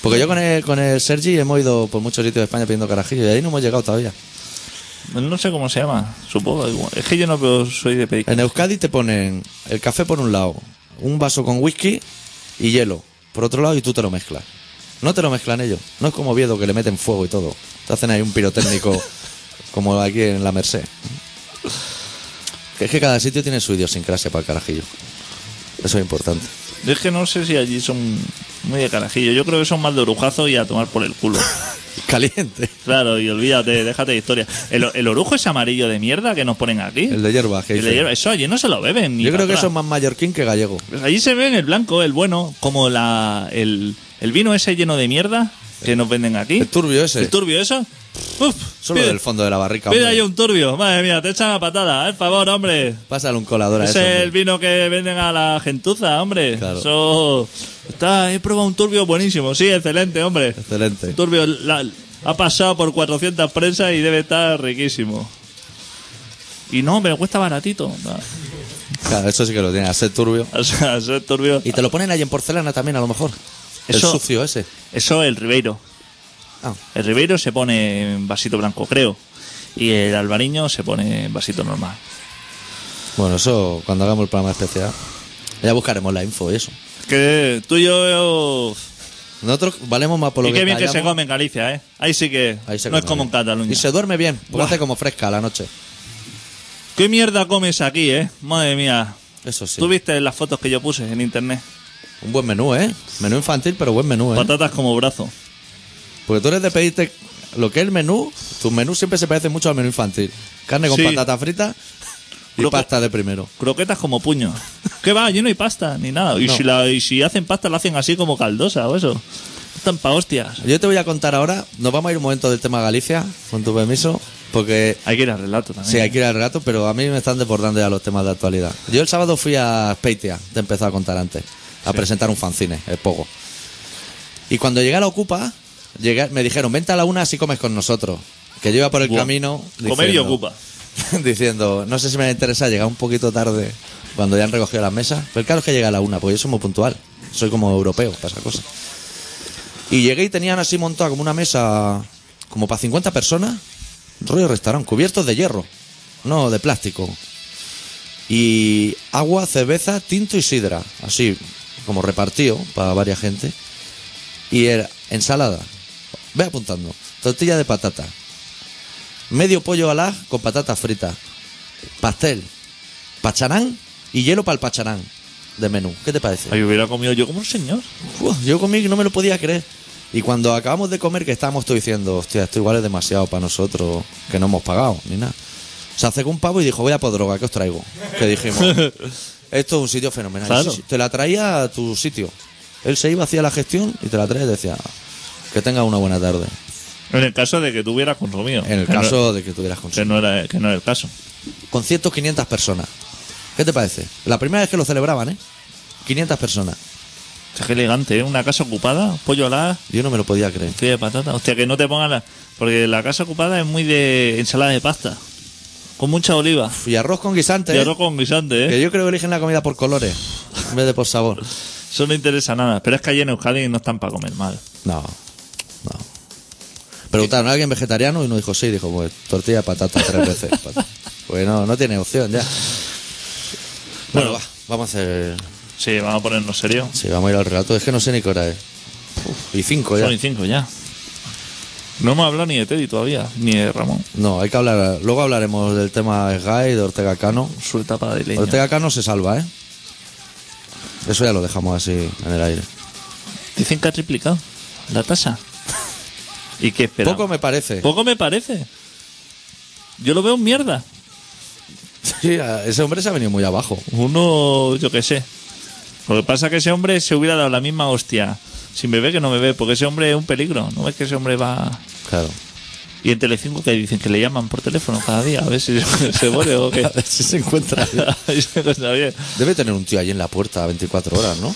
Speaker 1: Porque yo con el, con el Sergi hemos ido por muchos sitios de España pidiendo carajillo y ahí no hemos llegado todavía.
Speaker 2: No sé cómo se llama, supongo. igual. Es que yo no veo- soy de pedir.
Speaker 1: En Euskadi te ponen el café por un lado, un vaso con whisky y hielo por otro lado y tú te lo mezclas. No te lo mezclan ellos. No es como Viedo que le meten fuego y todo. Te hacen ahí un
Speaker 2: (laughs)
Speaker 1: pirotécnico como aquí en la Merced. Que Es que cada sitio tiene su idiosincrasia para el carajillo. Eso es importante.
Speaker 2: Yo es que no sé si allí son muy de carajillo. Yo creo que son más de orujazo y a tomar por
Speaker 1: (laughs)
Speaker 2: el culo.
Speaker 1: Caliente.
Speaker 2: Claro, y olvídate, déjate de historia. El, el orujo es amarillo de mierda que nos ponen aquí.
Speaker 1: El de hierba. que
Speaker 2: El de
Speaker 1: dice.
Speaker 2: hierba. Eso allí no se lo beben. Ni
Speaker 1: Yo creo
Speaker 2: para
Speaker 1: que eso es
Speaker 2: atrás.
Speaker 1: más mallorquín que gallego.
Speaker 2: Allí se beben el blanco, el bueno, como la el, el vino ese lleno de mierda que nos venden aquí.
Speaker 1: El turbio ese.
Speaker 2: El turbio eso. Uf,
Speaker 1: Solo
Speaker 2: pide,
Speaker 1: del fondo de la barrica.
Speaker 2: pide
Speaker 1: hombre.
Speaker 2: ahí un turbio. Madre mía, te echan a patada. Por favor, hombre.
Speaker 1: Pásale un colador a
Speaker 2: Ese
Speaker 1: eso.
Speaker 2: es
Speaker 1: hombre.
Speaker 2: el vino que venden a la gentuza, hombre.
Speaker 1: Claro.
Speaker 2: Eso está, he probado un turbio buenísimo. Sí, excelente, hombre.
Speaker 1: Excelente.
Speaker 2: Turbio la- ha pasado por 400 prensas y debe estar riquísimo. Y no, pero cuesta baratito.
Speaker 1: Claro, eso sí que lo tiene. Hacer turbio.
Speaker 2: O sea, eso es turbio.
Speaker 1: Y te lo ponen ahí en porcelana también, a lo mejor.
Speaker 2: Eso-
Speaker 1: El sucio ese.
Speaker 2: Eso el Ribeiro.
Speaker 1: Ah,
Speaker 2: El Ribeiro se pone en vasito blanco, creo. Y el Albariño se pone en vasito normal.
Speaker 1: bueno, eso cuando hagamos el programa especial. Ya buscaremos la info y eso.
Speaker 2: Que tú y yo.
Speaker 1: Nosotros valemos más por lo
Speaker 2: y
Speaker 1: que
Speaker 2: qué bien que se
Speaker 1: callamos.
Speaker 2: come en Galicia, ¿eh? Ahí sí que.
Speaker 1: Ahí se
Speaker 2: no es
Speaker 1: come
Speaker 2: como en
Speaker 1: bien.
Speaker 2: Cataluña.
Speaker 1: Y se duerme bien, porque
Speaker 2: Buah.
Speaker 1: hace como fresca a la noche.
Speaker 2: ¿Qué mierda comes aquí, eh? Madre mía.
Speaker 1: Eso sí.
Speaker 2: Tú viste las fotos que yo puse en internet.
Speaker 1: Un buen menú, ¿eh? Menú infantil, pero buen menú, ¿eh?
Speaker 2: Patatas como brazo.
Speaker 1: Porque tú eres de pedirte lo que es el menú. Tus menús siempre se parecen mucho al menú infantil. Carne con
Speaker 2: Sí.
Speaker 1: patata frita y
Speaker 2: Lo que-
Speaker 1: pasta de primero.
Speaker 2: Croquetas como puño. ¿Qué va? Allí no hay pasta ni nada. Y,
Speaker 1: No.
Speaker 2: si, la, y si hacen pasta, la hacen así como caldosa o eso. Están pa' hostias.
Speaker 1: Yo te voy a contar ahora, nos vamos a ir un momento del tema Galicia, con tu permiso, porque
Speaker 2: Hay que ir al relato también.
Speaker 1: Sí, hay que ir al rato, pero a mí me están desbordando ya los temas de actualidad. Yo el sábado fui a Speitia, te he empezado a contar antes. a presentar un fanzine, el Pogo. Y cuando llegué a la Ocupa, llegué- me dijeron, vente a la una así comes con nosotros. Que yo iba por el
Speaker 2: Buah.
Speaker 1: camino.
Speaker 2: Comer y
Speaker 1: diciendo-
Speaker 2: ocupa.
Speaker 1: (laughs) diciendo, no sé si me interesa llegar un poquito tarde cuando ya han recogido las mesas. Pero claro es que llega a la una, porque yo soy muy puntual. Soy como europeo, para esa cosa. Y llegué y tenían así montada como una mesa como para 50 personas, rollo restaurante, cubiertos de hierro, no de plástico. Y agua, cerveza, tinto y sidra, así como repartido para varias gente. Y era ensalada, ve apuntando, tortilla de patata, medio pollo alá con patatas fritas, pastel, pacharán y hielo para el pacharán de menú. ¿Qué te parece?
Speaker 2: Ahí hubiera comido yo como un señor.
Speaker 1: Uf, yo comí que no me lo podía creer. Y cuando acabamos de comer, que estábamos todos diciendo, hostia, esto igual es demasiado para nosotros, que no hemos pagado, ni nada. Se acercó un pavo y dijo, voy a por droga, que os traigo. Que
Speaker 2: (laughs)
Speaker 1: dijimos, esto es un sitio fenomenal.
Speaker 2: Claro.
Speaker 1: Sí, sí, te la traía a tu sitio. Él se iba, hacía la gestión y te la traía y decía, que tengas una buena tarde.
Speaker 2: En el caso de que tú hubieras consumido.
Speaker 1: En el
Speaker 2: Que no-
Speaker 1: caso de que tuvieras
Speaker 2: que
Speaker 1: consumo.
Speaker 2: no era, que no era el caso.
Speaker 1: Con 500 personas. ¿Qué te parece? La primera vez que lo celebraban, ¿eh? 500 personas.
Speaker 2: O sea, qué elegante, ¿eh? Una casa ocupada, pollo alá,
Speaker 1: Yo no me lo podía creer.
Speaker 2: tortilla de patata. Hostia, que no te pongan la... Porque la casa ocupada es muy de ensalada de pasta. Con mucha oliva.
Speaker 1: Y arroz con guisante.
Speaker 2: Y
Speaker 1: ¿eh?
Speaker 2: arroz con guisante, ¿eh?
Speaker 1: Que yo creo que eligen la comida por colores en vez de por sabor.
Speaker 2: Eso no interesa nada. Pero es que allí en Euskadi no están para comer mal.
Speaker 1: No, no. Preguntaron a alguien vegetariano y uno dijo sí, dijo pues tortilla de patata tres (laughs) veces. Pat- Pues no, no tiene opción ya. Bueno,
Speaker 2: Bueno.
Speaker 1: va, vamos a hacer.
Speaker 2: Sí, vamos a ponernos serio.
Speaker 1: Sí, vamos a ir al relato. Es que no sé ni qué hora es. Y cinco ya.
Speaker 2: Son y cinco ya. No hemos hablado ni de Teddy todavía, ni de Ramón.
Speaker 1: No, hay que hablar. Luego hablaremos del tema Sky, de Ortega Cano.
Speaker 2: Su etapa de leña.
Speaker 1: Ortega Cano se salva, ¿eh? Eso ya lo dejamos así en el aire.
Speaker 2: Dicen que ha triplicado la tasa. ¿Y qué esperamos?
Speaker 1: Poco me parece.
Speaker 2: Poco me parece. Yo lo veo mierda.
Speaker 1: Sí, a- ese hombre se ha venido muy abajo.
Speaker 2: Uno, yo qué sé. Lo que pasa es que ese hombre se hubiera dado la misma hostia. Sin bebé que no bebé, porque ese hombre es un peligro. ¿No ves que ese hombre va...?
Speaker 1: Claro.
Speaker 2: Y en Telecinco que dicen que le llaman por teléfono cada día a ver si se (laughs) muere o qué.
Speaker 1: A ver si se encuentra.
Speaker 2: (laughs) Esa cosa bien.
Speaker 1: Debe tener un tío allí en la puerta 24 horas, ¿no?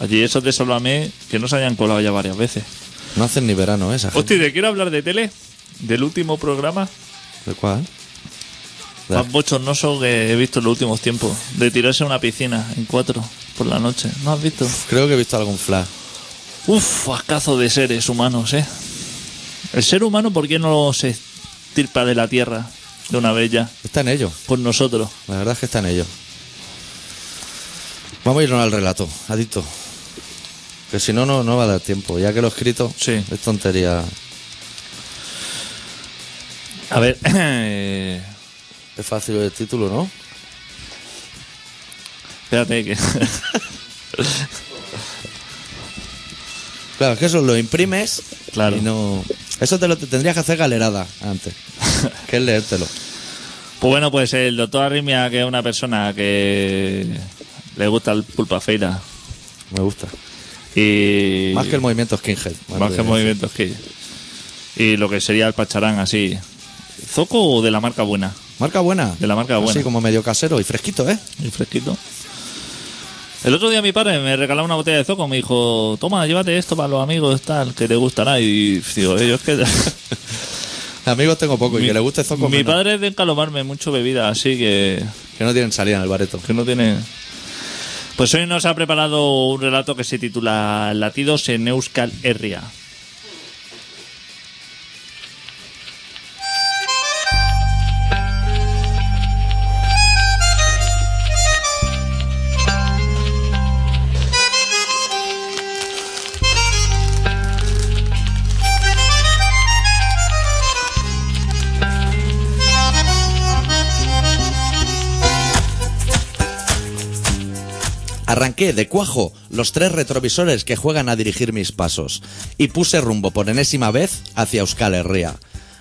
Speaker 2: Allí esos de Sálvame que no se hayan colado ya varias veces.
Speaker 1: No hacen ni verano ¿eh? esa gente.
Speaker 2: Hostia, ¿te quiero hablar de tele? Del último programa
Speaker 1: ¿De cuál? De-
Speaker 2: más bochornoso que he visto en los últimos tiempos. De tirarse a una piscina en cuatro por la noche. ¿No has visto?
Speaker 1: Creo que he visto algún flash.
Speaker 2: Uf, ascazo de seres humanos, ¿eh? El ser humano, ¿por qué no se estirpa de la tierra de una vez ya?
Speaker 1: Está en ello.
Speaker 2: Por nosotros.
Speaker 1: La verdad es que está en ello. Vamos a irnos al relato, adicto. Que si no, no, no va a dar tiempo. Ya que lo he escrito,
Speaker 2: Sí.
Speaker 1: es tontería.
Speaker 2: A ver, (clears throat) eh,
Speaker 1: Es fácil el título, ¿no?
Speaker 2: espérate que... (laughs) pues
Speaker 1: Claro, es que eso lo imprimes
Speaker 2: Claro.
Speaker 1: y no... Eso te lo te tendrías que hacer galerada
Speaker 2: (laughs)
Speaker 1: antes, que es leértelo.
Speaker 2: Pues bueno, pues el doctor Arrimia, que es una persona que le gusta el pulpa feira
Speaker 1: Me gusta.
Speaker 2: y...
Speaker 1: Más que el movimiento skinhead.
Speaker 2: Más que movimientos que... Y lo que sería el pacharán así. ¿Zoco o de la marca buena?
Speaker 1: Marca buena.
Speaker 2: De la marca buena.
Speaker 1: Sí, como medio casero y fresquito, ¿eh?
Speaker 2: Y fresquito. El otro día mi padre me regaló una botella de zoco, me dijo, toma, llévate esto para los amigos, tal, que te gustará. Y digo, "Eh, yo
Speaker 1: (laughs)
Speaker 2: es que...
Speaker 1: Amigos tengo poco y que le guste Zoco
Speaker 2: mi
Speaker 1: menos,
Speaker 2: padre es de encalomarme mucho bebida, así que...
Speaker 1: Que no tienen salida en el bareto.
Speaker 2: que no tiene... Pues hoy nos ha preparado un relato que se titula Latidos en Euskal Herria.
Speaker 1: Arranqué de cuajo los tres retrovisores que juegan a dirigir mis pasos y puse rumbo por enésima vez hacia Euskal Herria,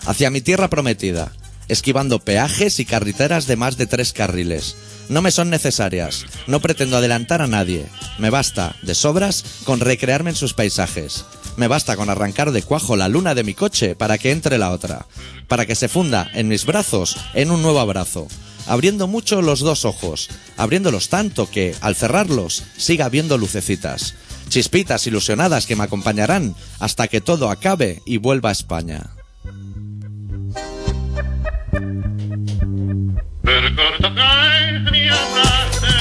Speaker 1: hacia mi tierra prometida, esquivando peajes y carreteras de más de tres carriles. No me son necesarias, no pretendo adelantar a nadie, me basta, de sobras, con recrearme en sus paisajes. Me basta con arrancar de cuajo la luna de mi coche para que entre la otra, para que se funda en mis brazos en un nuevo abrazo. abriendo mucho los dos ojos, abriéndolos tanto que, al cerrarlos, siga viendo lucecitas, chispitas ilusionadas que me acompañarán hasta que todo acabe y vuelva a España.
Speaker 4: Recorta cae mi abrazo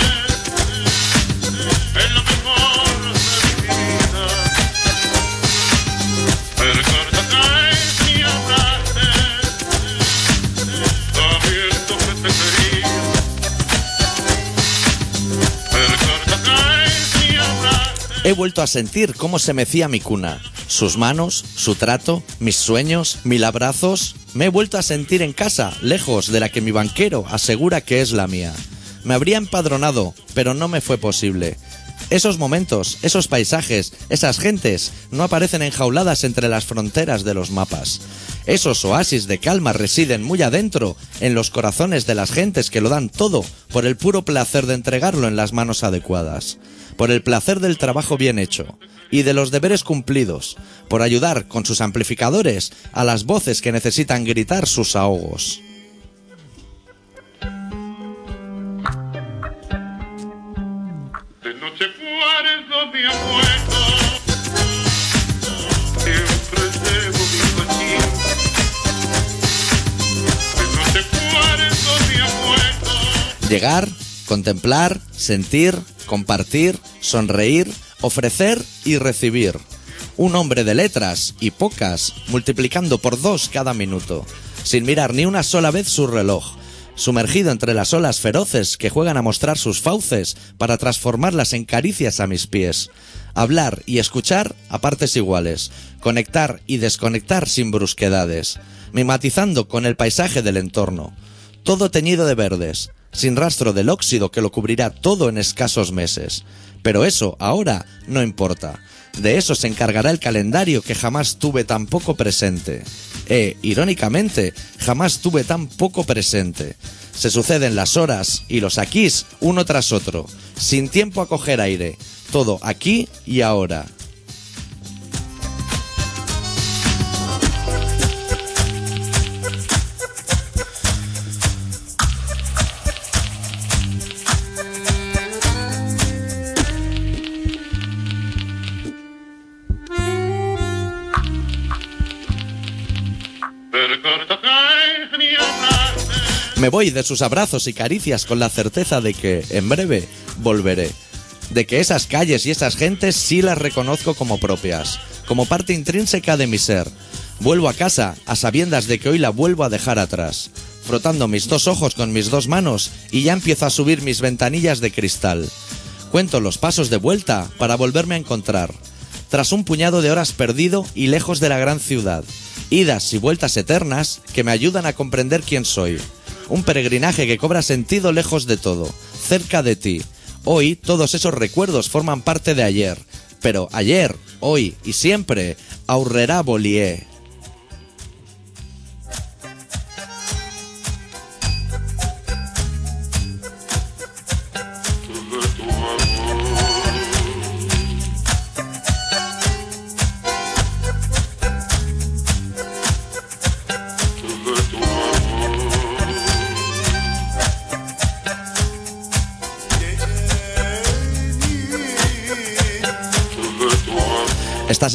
Speaker 4: en lo mejor de mi vida. Recorta cae mi abrazo sabiendo que te quería. Recorta cae mi abrazo.
Speaker 1: He vuelto a sentir cómo se mecía mi cuna. Sus manos, su trato, mis sueños, mil abrazos. Me he vuelto a sentir en casa, lejos de la que mi banquero asegura que es la mía. Me habría empadronado, pero no me fue posible. Esos momentos, esos paisajes, esas gentes no aparecen enjauladas entre las fronteras de los mapas. Esos oasis de calma residen muy adentro, en los corazones de las gentes que lo dan todo por el puro placer de entregarlo en las manos adecuadas, por el placer del trabajo bien hecho y de los deberes cumplidos, por ayudar con sus amplificadores a las voces que necesitan gritar sus ahogos.
Speaker 4: De noche guardo mi abuelo, siempre llevo mi cochín. De noche guardo mi abuelo,
Speaker 1: Llegar, contemplar, sentir, compartir, sonreír, ofrecer y recibir. Un hombre de letras y pocas, multiplicando por dos cada minuto, sin mirar ni una sola vez su reloj, sumergido entre las olas feroces que juegan a mostrar sus fauces para transformarlas en caricias a mis pies. Hablar y escuchar a partes iguales, conectar y desconectar sin brusquedades, mimatizando con el paisaje del entorno todo teñido de verdes, sin rastro del óxido que lo cubrirá todo en escasos meses. Pero eso, ahora, no importa. De eso se encargará el calendario que jamás tuve tan poco presente. E, irónicamente, jamás tuve tan poco presente. Se suceden las horas y los aquís uno tras otro, sin tiempo a coger aire. Todo aquí y ahora.
Speaker 4: te recorta cae mi abrazo.
Speaker 1: Me voy de sus abrazos y caricias con la certeza de que, en breve, volveré. De que esas calles y esas gentes sí las reconozco como propias, como parte intrínseca de mi ser. Vuelvo a casa a sabiendas de que hoy la vuelvo a dejar atrás, frotando mis dos ojos con mis dos manos y ya empiezo a subir mis ventanillas de cristal. Cuento los pasos de vuelta para volverme a encontrar. Tras un puñado de horas perdido y lejos de la gran ciudad. Idas y vueltas eternas que me ayudan a comprender quién soy. Un peregrinaje que cobra sentido lejos de todo, cerca de ti. Hoy todos esos recuerdos forman parte de ayer. Pero ayer, hoy y siempre, aurrerá Bolié. Estás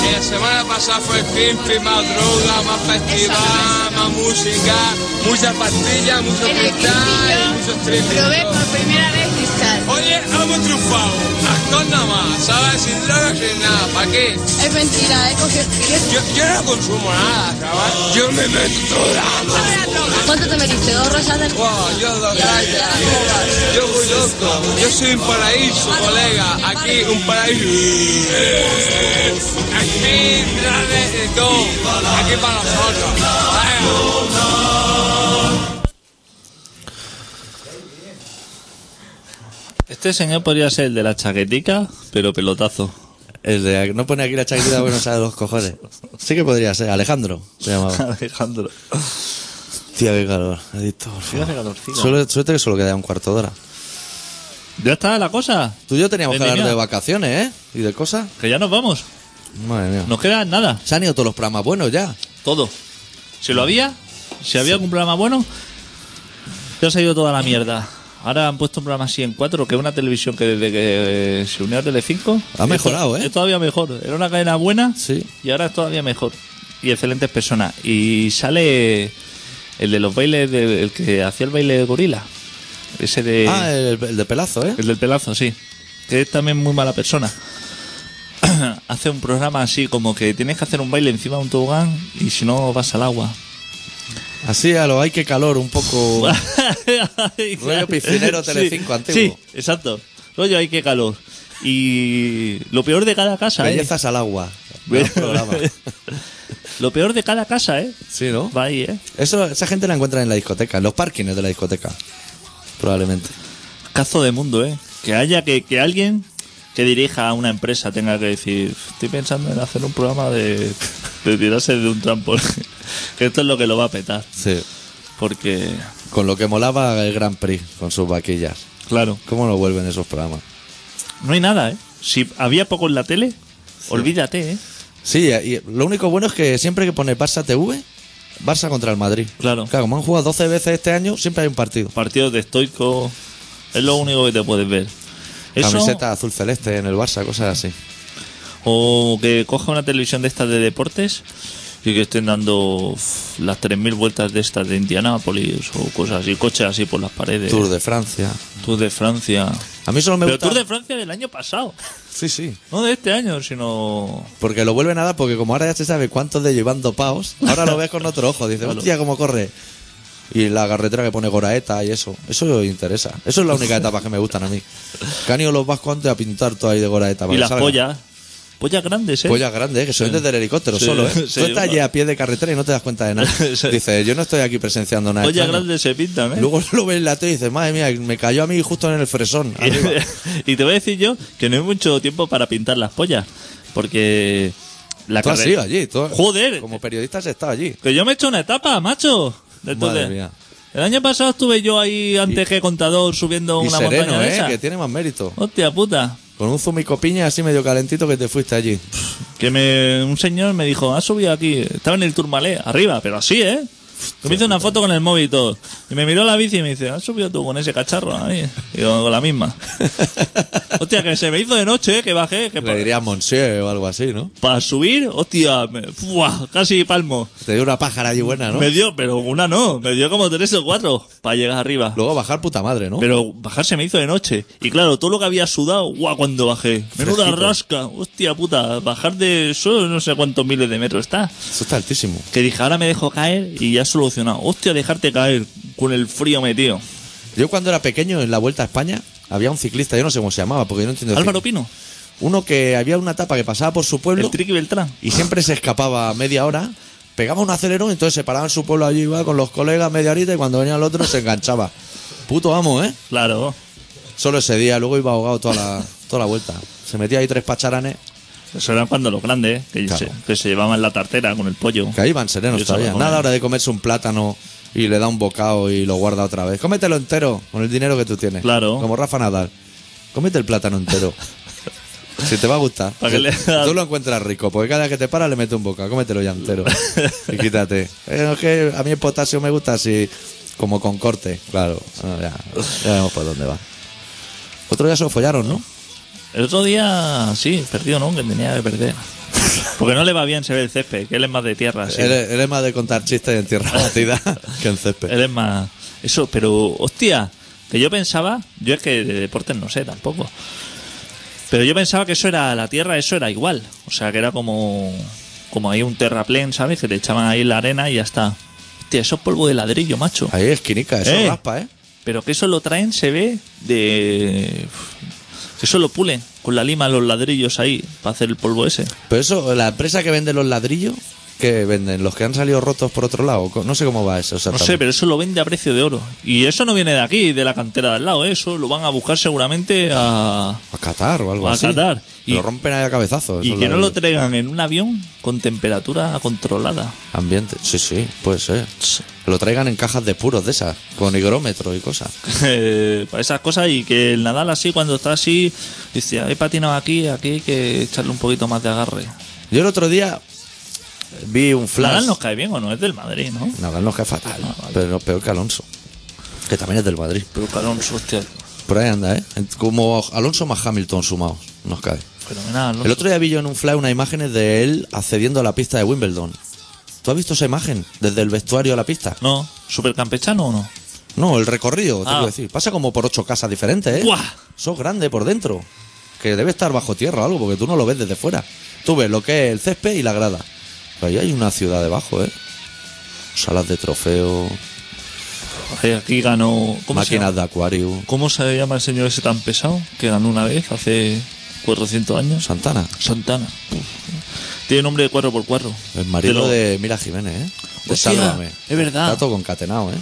Speaker 5: Si la semana pasada fue crimpi, más droga, más festival, más música, muchas pastillas, mucho
Speaker 6: En el
Speaker 5: cristal, y muchos
Speaker 6: principio probé
Speaker 5: tripitos.
Speaker 6: por primera vez cristal.
Speaker 5: Oye, hemos triunfado. Actor nada más, ¿sabes? Sin drogas, sin nada. ¿Para qué?
Speaker 6: Es mentira, eh, he cogido
Speaker 5: Yo, yo no consumo nada, chaval. Yo me meto toda.
Speaker 6: ¿Cuánto te metiste? ¿Dos rosas del
Speaker 5: Wow, yo dos rayas. Yo voy loco. Yo soy un paraíso, colega. Aquí un paraíso. Aquí grande de todo. Aquí para nosotros. Venga.
Speaker 2: Este señor podría ser el de la chaquetica, pero pelotazo.
Speaker 1: El de, no pone aquí la chaqueta bueno sabe los cojones. Sí que podría ser, Alejandro se (laughs) llamaba.
Speaker 2: (laughs) Alejandro.
Speaker 1: Tío, qué calor, adicto, por
Speaker 2: Tío, qué
Speaker 1: favor.
Speaker 2: calorcito.
Speaker 1: Solo, suerte que solo queda un cuarto de hora.
Speaker 2: Ya está la cosa.
Speaker 1: Tú y yo teníamos que
Speaker 2: Ven,
Speaker 1: hablar
Speaker 2: niña.
Speaker 1: de vacaciones, ¿eh? Y de cosas.
Speaker 2: Que ya nos vamos.
Speaker 1: Madre mía.
Speaker 2: Nos queda nada,
Speaker 1: Se han ido todos los programas buenos ya.
Speaker 2: todo. Si lo había, si había algún programa bueno, ya se ha ido toda la mierda. Ahora han puesto un programa así en cuatro, que es una televisión que desde que eh, se unió a Telecinco...
Speaker 1: Ha
Speaker 2: es
Speaker 1: mejorado,
Speaker 2: to-
Speaker 1: ¿eh?
Speaker 2: Es todavía mejor. Era una cadena buena
Speaker 1: Sí.
Speaker 2: y ahora es todavía mejor. Y excelentes personas. Y sale el de los bailes, de- el que hacía el baile de gorila. Ese de...
Speaker 1: Ah, el, el de pelazo, ¿eh?
Speaker 2: El del pelazo, sí. Que es también muy mala persona. (clears throat) Hace un programa así como que tienes que hacer un baile encima de un tobogán y si no vas
Speaker 1: (laughs)
Speaker 2: al agua.
Speaker 1: Así a lo hay que calor un poco.
Speaker 2: Rollo
Speaker 1: piscinero Telecinco antiguo.
Speaker 2: Sí, exacto. Rollo hay que calor. Y lo peor de cada casa, ¿eh?
Speaker 1: Bellezas al agua. Gran programa.
Speaker 2: (laughs) Lo peor de cada casa, ¿eh?
Speaker 1: Sí, ¿no?
Speaker 2: Va ahí, ¿eh?
Speaker 1: Eso, esa gente la encuentra en la discoteca, en los parkings de la discoteca. Probablemente.
Speaker 2: Cazo de mundo, ¿eh? Que haya que, que alguien que dirija a una empresa tenga que decir, estoy pensando en hacer un programa de, de tirarse de un trampolín. (laughs) que esto es lo que lo va a petar.
Speaker 1: Sí.
Speaker 2: Porque,
Speaker 1: Con lo que molaba el Grand Prix, con sus vaquillas.
Speaker 2: claro,
Speaker 1: ¿Cómo lo vuelven esos programas?
Speaker 2: no hay nada, ¿eh? Si había poco en la tele, olvídate, ¿eh?
Speaker 1: Sí, y lo único bueno es que siempre que pone Barça TV, Barça contra el Madrid.
Speaker 2: Claro.
Speaker 1: Claro, como han jugado 12 veces este año, siempre hay un partido.
Speaker 2: Partidos de estoico, es lo único que te puedes ver. Eso,
Speaker 1: Camiseta azul celeste en el Barça, cosas así.
Speaker 2: O que coja una televisión de estas de deportes y que estén dando uf, las 3.000 vueltas de estas de Indianápolis o cosas así, coches así por las paredes.
Speaker 1: Tour de Francia.
Speaker 2: Tour de Francia.
Speaker 1: A mí solo me
Speaker 2: Pero
Speaker 1: gusta.
Speaker 2: Tour de Francia del año pasado.
Speaker 1: Sí, sí.
Speaker 2: No de este año, sino...
Speaker 1: Porque lo vuelven a dar, porque como ahora ya se sabe cuántos de ellos van dopaos, ahora lo ves con otro ojo. Dices,
Speaker 2: Claro.
Speaker 1: hostia, cómo corre. Y la carretera que pone Goraeta y eso. Eso lo interesa. Eso es la única etapa que me gustan a mí. Que han ido los vascos antes a pintar todo ahí de Goraeta. para
Speaker 2: Y
Speaker 1: que
Speaker 2: las
Speaker 1: salga.
Speaker 2: pollas. Pollas grandes, ¿eh?
Speaker 1: Pollas grandes, ¿eh? que son desde el helicóptero
Speaker 2: Sí,
Speaker 1: solo, ¿eh?
Speaker 2: sí,
Speaker 1: Tú estás
Speaker 2: una-
Speaker 1: allí a pie de carretera y no te das cuenta de nada.
Speaker 2: (laughs) Sí.
Speaker 1: Dices, yo no estoy aquí presenciando nada.
Speaker 2: Pollas
Speaker 1: extraño.
Speaker 2: grandes se pintan, ¿eh?
Speaker 1: Luego lo ves en la tele y dices, madre mía, me cayó a mí justo en el
Speaker 2: (laughs)
Speaker 1: fresón. arriba".
Speaker 2: (laughs) y te voy a decir yo que no hay mucho tiempo para pintar las pollas. Porque la
Speaker 1: Tú has
Speaker 2: carre-
Speaker 1: ido allí. tú-
Speaker 2: Joder.
Speaker 1: Como periodista has estado allí.
Speaker 2: Que yo me he hecho una etapa, macho. De todo
Speaker 1: Madre
Speaker 2: de-
Speaker 1: mía.
Speaker 2: El año pasado estuve yo ahí antes que contador subiendo
Speaker 1: Y
Speaker 2: una
Speaker 1: sereno,
Speaker 2: montaña de
Speaker 1: ¿eh?
Speaker 2: esa.
Speaker 1: Que tiene más mérito.
Speaker 2: Hostia puta.
Speaker 1: Con un zumico piña así medio calentito que te fuiste
Speaker 2: (laughs)
Speaker 1: allí.
Speaker 2: Que me, un señor me dijo, ha subido aquí. Estaba en el Turmalé, arriba, pero así, ¿eh? Que me hizo una foto con el móvil y todo. Y me miró la bici y me dice, ¿has subido tú con ese cacharro ahí? Y digo, con
Speaker 1: (laughs)
Speaker 2: la misma. Hostia, que se me hizo de noche, ¿eh? que bajé, que
Speaker 1: Le dirías Monsieur o algo así, ¿no?
Speaker 2: para subir, hostia, me- ¡fua! casi palmo.
Speaker 1: Te dio una pájara allí buena, ¿no?
Speaker 2: Me dio, pero una no, me dio como tres o cuatro para llegar arriba.
Speaker 1: Luego bajar puta madre, ¿no?
Speaker 2: Pero bajar se me hizo de noche. Y claro, todo lo que había sudado, guau, cuando bajé. Menuda
Speaker 1: Fresquito.
Speaker 2: rasca, hostia puta, bajar de eso no sé cuántos miles de metros está.
Speaker 1: Eso está altísimo.
Speaker 2: Que dije, ahora me dejo caer y ya solucionado. Hostia, dejarte caer con el frío metido.
Speaker 1: Yo cuando era pequeño en la Vuelta a España había un ciclista, yo no sé cómo se llamaba, porque yo no entiendo. el
Speaker 2: Álvaro
Speaker 1: ciclismo.
Speaker 2: Pino,
Speaker 1: Uno que había una etapa que pasaba por su pueblo
Speaker 2: el Triqui Beltrán.
Speaker 1: y siempre se escapaba media hora, pegaba un acelerón, entonces se paraba en su pueblo allí, iba con los colegas media horita y cuando venía el otro se enganchaba. Puto amo, ¿eh?
Speaker 2: Claro,
Speaker 1: Solo ese día, luego iba ahogado toda la, toda la vuelta. Se metía ahí tres pacharanes,
Speaker 2: eso era cuando los grandes, ¿eh? que,
Speaker 1: Claro.
Speaker 2: se, que se llevaban la tartera con el pollo.
Speaker 1: que ahí van serenos
Speaker 2: Yo solo
Speaker 1: todavía.
Speaker 2: comía.
Speaker 1: Nada, ahora de comerse un plátano y le da un bocado y lo guarda otra vez. Cómetelo entero con el dinero que tú tienes.
Speaker 2: Claro.
Speaker 1: Como Rafa Nadal. Cómete el plátano
Speaker 2: (laughs)
Speaker 1: entero. Si te va a gustar.
Speaker 2: Para que le-
Speaker 1: Tú lo encuentras rico, porque cada vez que te para le mete un bocado. Cómetelo ya
Speaker 2: (laughs)
Speaker 1: entero. y quítate. Eh, es que a mí el potasio me gusta así, como con corte. Claro. Bueno, ya, ya vemos por dónde va. Otro día se lo follaron, ¿no?
Speaker 2: El otro día, sí, perdido, ¿no? Que tenía
Speaker 1: (laughs)
Speaker 2: que perder. Porque no le va bien se ve el césped, que él es más de tierra. sí.
Speaker 1: Él, es- él es más de contar chistes en tierra
Speaker 2: (laughs)
Speaker 1: batida que en césped.
Speaker 2: Eres más. Eso, pero, hostia, que yo pensaba. Yo es que de deportes no sé tampoco. Pero yo pensaba que eso era. La tierra, eso era igual. O sea, que era como. Como ahí un terraplén, ¿sabes? Que te echaban ahí la arena y ya está. Hostia, eso es polvo de ladrillo, macho.
Speaker 1: Ahí es quinica, eso
Speaker 2: Eh.
Speaker 1: raspa, ¿eh?
Speaker 2: Pero que eso lo traen, se ve de. Que eso lo pulen con la lima los ladrillos ahí para hacer el polvo ese.
Speaker 1: Pero eso, la empresa que vende los ladrillos, ¿qué venden? ¿Los que han salido rotos por otro lado? Co- No sé cómo va eso.
Speaker 2: No sé,
Speaker 1: exactamente.
Speaker 2: pero eso lo vende a precio de oro. Y eso no viene de aquí, de la cantera de al lado. ¿eh? Eso lo van a buscar seguramente a,
Speaker 1: A Qatar o algo
Speaker 2: A
Speaker 1: así.
Speaker 2: Qatar.
Speaker 1: Y,
Speaker 2: Y-
Speaker 1: lo rompen ahí a cabezazos.
Speaker 2: Y
Speaker 1: esos
Speaker 2: que no lo
Speaker 1: ladrillos.
Speaker 2: traigan en un avión con temperatura controlada. (laughs)
Speaker 1: Ambiente. Sí, sí, puede ser. Lo traigan en cajas de puros de esas, con higrómetro y cosas.
Speaker 2: Eh, Para esas cosas y que el "Ah, Nadal así, cuando está así, dice, he patinado aquí, aquí hay que echarle un poquito más de agarre.
Speaker 1: Yo el otro día vi un flash.
Speaker 2: Nadal nos cae bien o no es del Madrid, ¿no?
Speaker 1: Nadal nos cae fatal, pero peor que Alonso, que también es del Madrid.
Speaker 2: Pero Alonso, hostia,
Speaker 1: Por ahí anda, ¿eh? Como Alonso más Hamilton sumados, nos cae.
Speaker 2: fenomenal. Alonso.
Speaker 1: El otro día vi yo en un fly unas imágenes de él accediendo a la pista de Wimbledon. ¿Tú has visto esa imagen? Desde el vestuario a la pista.
Speaker 2: No, supercampechano o no?
Speaker 1: No, el recorrido, te
Speaker 2: Ah.
Speaker 1: quiero decir. Pasa como por ocho casas diferentes, ¿eh?
Speaker 2: ¡Guau!
Speaker 1: Sos grande por dentro. Que debe estar bajo tierra o algo, porque tú no lo ves desde fuera. Tú ves lo que es el césped y la grada. Pero ahí hay una ciudad debajo, ¿eh? Salas de trofeo,
Speaker 2: Ay, Aquí ganó. ¿cómo se
Speaker 1: máquinas
Speaker 2: llama?
Speaker 1: de acuario.
Speaker 2: ¿Cómo se llama el señor ese tan pesado que ganó una vez hace 400 años?
Speaker 1: Santana,
Speaker 2: Santana. Tiene nombre de 4x4.
Speaker 1: el marido
Speaker 2: Pero-
Speaker 1: de Mira Jiménez, ¿eh? De
Speaker 2: Hostia,
Speaker 1: Sálvame.
Speaker 2: es verdad.
Speaker 1: Está todo concatenado, ¿eh?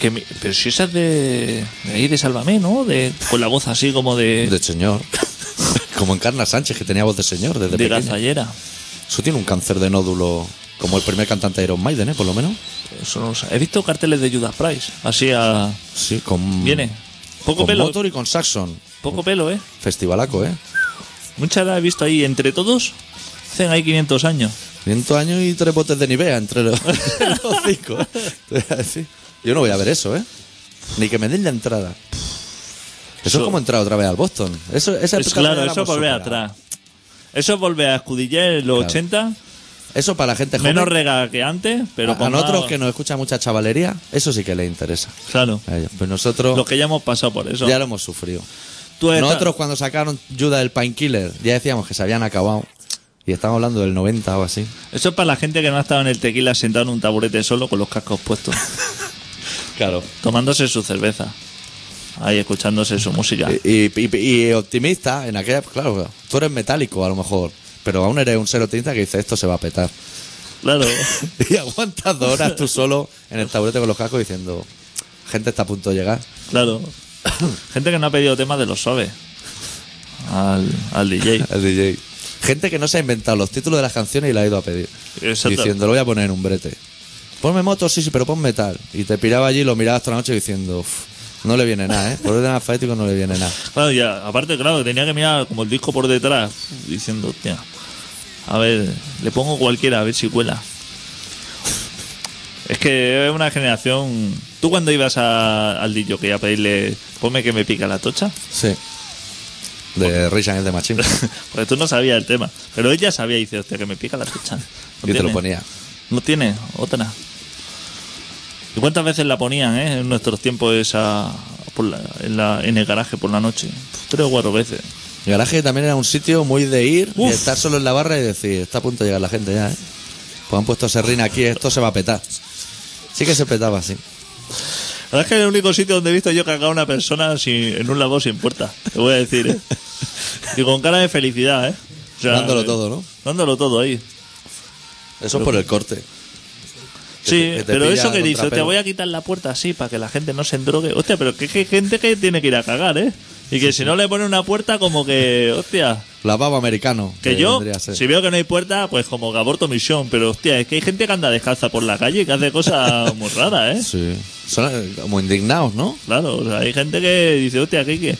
Speaker 2: que mi- pero si esa es de, de ahí, de Sálvame, ¿no? De, con la voz así como de,
Speaker 1: De señor. (laughs) Como Encarna Sánchez, que tenía voz de señor desde
Speaker 2: de,
Speaker 1: pequeña.
Speaker 2: gazallera.
Speaker 1: Eso tiene un cáncer de nódulo como el primer cantante de Iron Maiden, ¿eh? Por lo menos.
Speaker 2: Eso no lo sé. He visto carteles de Judas Price. Así a.
Speaker 1: Sí, con...
Speaker 2: Viene. Poco
Speaker 1: Mm. con
Speaker 2: pelo.
Speaker 1: Motor y con Saxon.
Speaker 2: Poco pelo, ¿eh?
Speaker 1: Festivalaco, ¿eh?
Speaker 2: Mucha edad he visto ahí. Entre todos, hacen ahí 500 años.
Speaker 1: 100 años y tres botes de Nivea entre los, (laughs) los cinco. Te voy a decir. Yo no voy a ver eso, ¿eh? Ni que me den la entrada. Eso,
Speaker 2: Eso-
Speaker 1: es como entrar otra vez al Boston. Eso, esa etapa
Speaker 2: Es
Speaker 1: ya
Speaker 2: claro,
Speaker 1: la
Speaker 2: eso
Speaker 1: hemos
Speaker 2: es volver
Speaker 1: superado.
Speaker 2: atrás. Eso es volver a escudillar en los
Speaker 1: Claro.
Speaker 2: 80,
Speaker 1: Eso para la gente joven.
Speaker 2: menos rega que antes, pero
Speaker 1: a,
Speaker 2: con
Speaker 1: a nosotros
Speaker 2: más-
Speaker 1: que nos escucha mucha chavalería, eso sí que les interesa.
Speaker 2: Claro,
Speaker 1: A ellos. Pues nosotros
Speaker 2: los que ya hemos pasado por eso.
Speaker 1: ya lo hemos sufrido.
Speaker 2: Tú estás-
Speaker 1: Nosotros cuando sacaron Judas del Painkiller ya decíamos que se habían acabado. Y estamos hablando del 90 o así.
Speaker 2: Eso es para la gente que no ha estado en el tequila sentado en un taburete solo con los cascos puestos,
Speaker 1: Claro.
Speaker 2: tomándose su cerveza, ahí escuchándose su música.
Speaker 1: Y, y- y- y optimista en aquella... Claro, tú eres metálico a lo mejor, pero aún eres un 030 que dice esto se va a petar. (laughs)
Speaker 2: Claro,
Speaker 1: Y aguantas dos horas tú solo en el taburete con los cascos diciendo, gente está a punto de llegar.
Speaker 2: claro. Gente que no ha pedido temas de los suaves al, al DJ.
Speaker 1: El DJ. Gente que no se ha inventado los títulos de las canciones y la ha ido a pedir.
Speaker 2: Exacto.
Speaker 1: Diciendo, lo voy a poner en un brete. Ponme moto, sí, sí, pero pon metal. Y te piraba allí y lo mirabas toda la noche diciendo, "Uf, no le viene nada, ¿eh? Por orden alfabético no le viene
Speaker 2: (laughs)
Speaker 1: nada.
Speaker 2: Claro, ya, aparte, claro, tenía que mirar como el disco por detrás, diciendo, hostia, a ver, le pongo cualquiera, a ver si cuela. Es que es una generación. ¿Tú cuando ibas a- al DJ que a pedirle, ponme que me pica la tocha? (laughs)
Speaker 1: Sí. De Rage Against the Machine.
Speaker 2: Porque tú no sabías el tema. Pero ella sabía y dice, hostia, que me pica la tocha. No (laughs)
Speaker 1: Yo te lo
Speaker 2: tiene-
Speaker 1: ponía.
Speaker 2: No tiene otra. ¿Y cuántas veces la ponían, eh, en nuestros tiempos esa. por la- en, la- en el garaje por la noche? Tres o cuatro veces.
Speaker 1: El garaje también era un sitio muy de ir y
Speaker 2: Uf.
Speaker 1: estar solo en la barra y decir, está a punto de llegar la gente ya, ¿eh? Pues han puesto serrín aquí, esto se va a petar. Sí que se petaba, sí.
Speaker 2: La verdad es que es el único sitio donde he visto yo cagar a una persona sin- en un lago sin puerta. Te voy a decir,
Speaker 1: (laughs)
Speaker 2: ¿eh? Y con cara de felicidad, ¿eh? O sea,
Speaker 1: Dándolo
Speaker 2: eh,
Speaker 1: todo, ¿no?
Speaker 2: Dándolo todo ahí.
Speaker 1: Eso es por el corte.
Speaker 2: Sí,
Speaker 1: te- que te
Speaker 2: pero
Speaker 1: pilla
Speaker 2: eso que
Speaker 1: con
Speaker 2: dice, te
Speaker 1: trapero".
Speaker 2: voy a quitar la puerta así para que la gente no se endrogue. Hostia, pero que hay gente que tiene que ir a cagar, ¿eh? Y que si no le ponen una puerta, como que, hostia.
Speaker 1: Lavabo americano.
Speaker 2: Que yo,
Speaker 1: vendría a ser.
Speaker 2: si veo que no hay puerta, pues como que aborto misión. Pero hostia, es que hay gente que anda descalza por la calle y que
Speaker 1: (laughs)
Speaker 2: hace cosas muy raras, ¿eh?
Speaker 1: Sí. Son eh, como indignados, ¿no?
Speaker 2: Claro, o sea, hay gente que dice, hostia, que hay que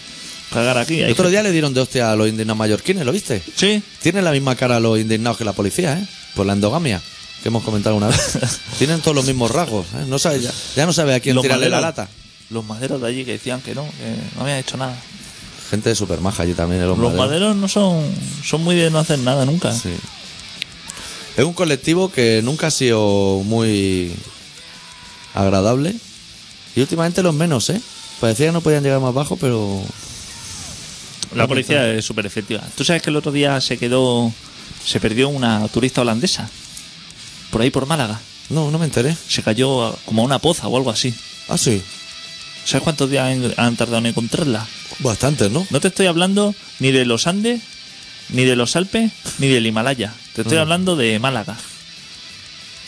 Speaker 2: cagar aquí. Hay
Speaker 1: El otro
Speaker 2: gente-
Speaker 1: día le dieron de hostia a los indignados mallorquines, ¿lo viste?
Speaker 2: Sí,
Speaker 1: Tienen la misma cara los indignados que la policía, ¿eh? Por la endogamia, que hemos comentado una
Speaker 2: (laughs)
Speaker 1: vez. Tienen todos los mismos rasgos, ¿eh? No sabe, ya, ya no sabe a quién
Speaker 2: Los
Speaker 1: tirarle la
Speaker 2: maderos-
Speaker 1: lata.
Speaker 2: Los maderos de allí que decían que no, que no habían hecho nada.
Speaker 1: Gente de supermaja allí también, los,
Speaker 2: Los, maderos.
Speaker 1: maderos.
Speaker 2: no son son muy de no hacer nada nunca.
Speaker 1: Sí. Es un colectivo que nunca ha sido muy agradable. Y últimamente los menos, ¿eh? Parecía que no podían llegar más bajo, pero
Speaker 2: La policía es súper efectiva. Tú sabes que el otro día se quedó, se perdió una turista holandesa por ahí por Málaga.
Speaker 1: no, no me enteré.
Speaker 2: Se cayó a- como a una poza o algo así.
Speaker 1: Ah, sí.
Speaker 2: ¿Sabes cuántos días han, han tardado en encontrarla?
Speaker 1: Bastantes, ¿no?
Speaker 2: No te estoy hablando ni de los Andes, ni de los Alpes, ni del Himalaya. Te estoy hablando de Málaga.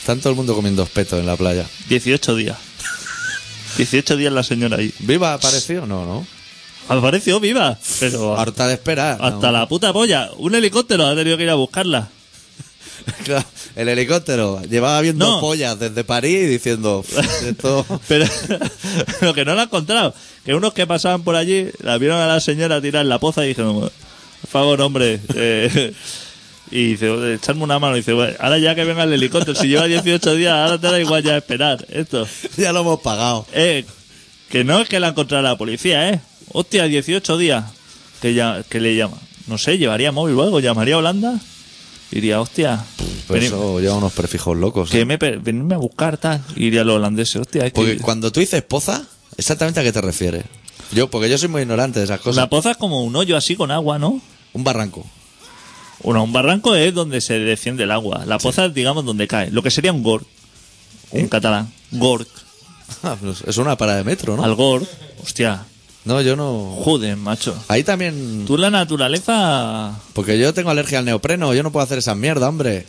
Speaker 1: Están todo el mundo comiendo espetos en la playa.
Speaker 2: 18 días. (laughs) 18 días la señora ahí.
Speaker 1: ¿Viva apareció? No, no.
Speaker 2: Apareció viva, pero
Speaker 1: Harta de esperar. ¿no?
Speaker 2: Hasta la puta polla. Un helicóptero ha tenido que ir a buscarla.
Speaker 1: (laughs) Claro, El helicóptero llevaba viendo
Speaker 2: No.
Speaker 1: pollas desde París y diciendo esto. (laughs)
Speaker 2: Pero (laughs) lo que no la han encontrado, que unos que pasaban por allí la vieron a la señora tirar en la poza y dijeron, por favor, hombre. eh, (laughs) Y dice, "Joder, echarme una mano. Y dice, "Bueno, ahora ya que venga el helicóptero, si lleva 18 días, ahora te da igual ya esperar esto.
Speaker 1: Ya lo hemos pagado.
Speaker 2: Eh, que no es que la encontrará la policía, ¿eh? Hostia, 18 días que, ya, que le llama. No sé, llevaría móvil o algo, llamaría a Holanda. Diría, hostia,
Speaker 1: Pero
Speaker 2: veni-
Speaker 1: Pues eso lleva unos prefijos locos. ¿eh?
Speaker 2: que me, pe- venidme a buscar tal. Y Iría a los holandeses, hostia. Es
Speaker 1: Porque
Speaker 2: que
Speaker 1: cuando tú dices poza, exactamente a qué te refieres. Yo, porque yo soy muy ignorante de esas cosas.
Speaker 2: la poza es como un hoyo así con agua, ¿no?
Speaker 1: Un barranco. (laughs)
Speaker 2: Bueno, un barranco es donde se desciende el agua. La poza es, digamos, donde cae. Lo que sería un gorg. En catalán. Gorg.
Speaker 1: Pues es una parada de metro, ¿no?
Speaker 2: Al gorg. Hostia.
Speaker 1: No, yo no.
Speaker 2: Joder, macho.
Speaker 1: Ahí también.
Speaker 2: Tú la naturaleza...
Speaker 1: Porque yo tengo alergia al neopreno, yo no puedo hacer esa mierda, hombre.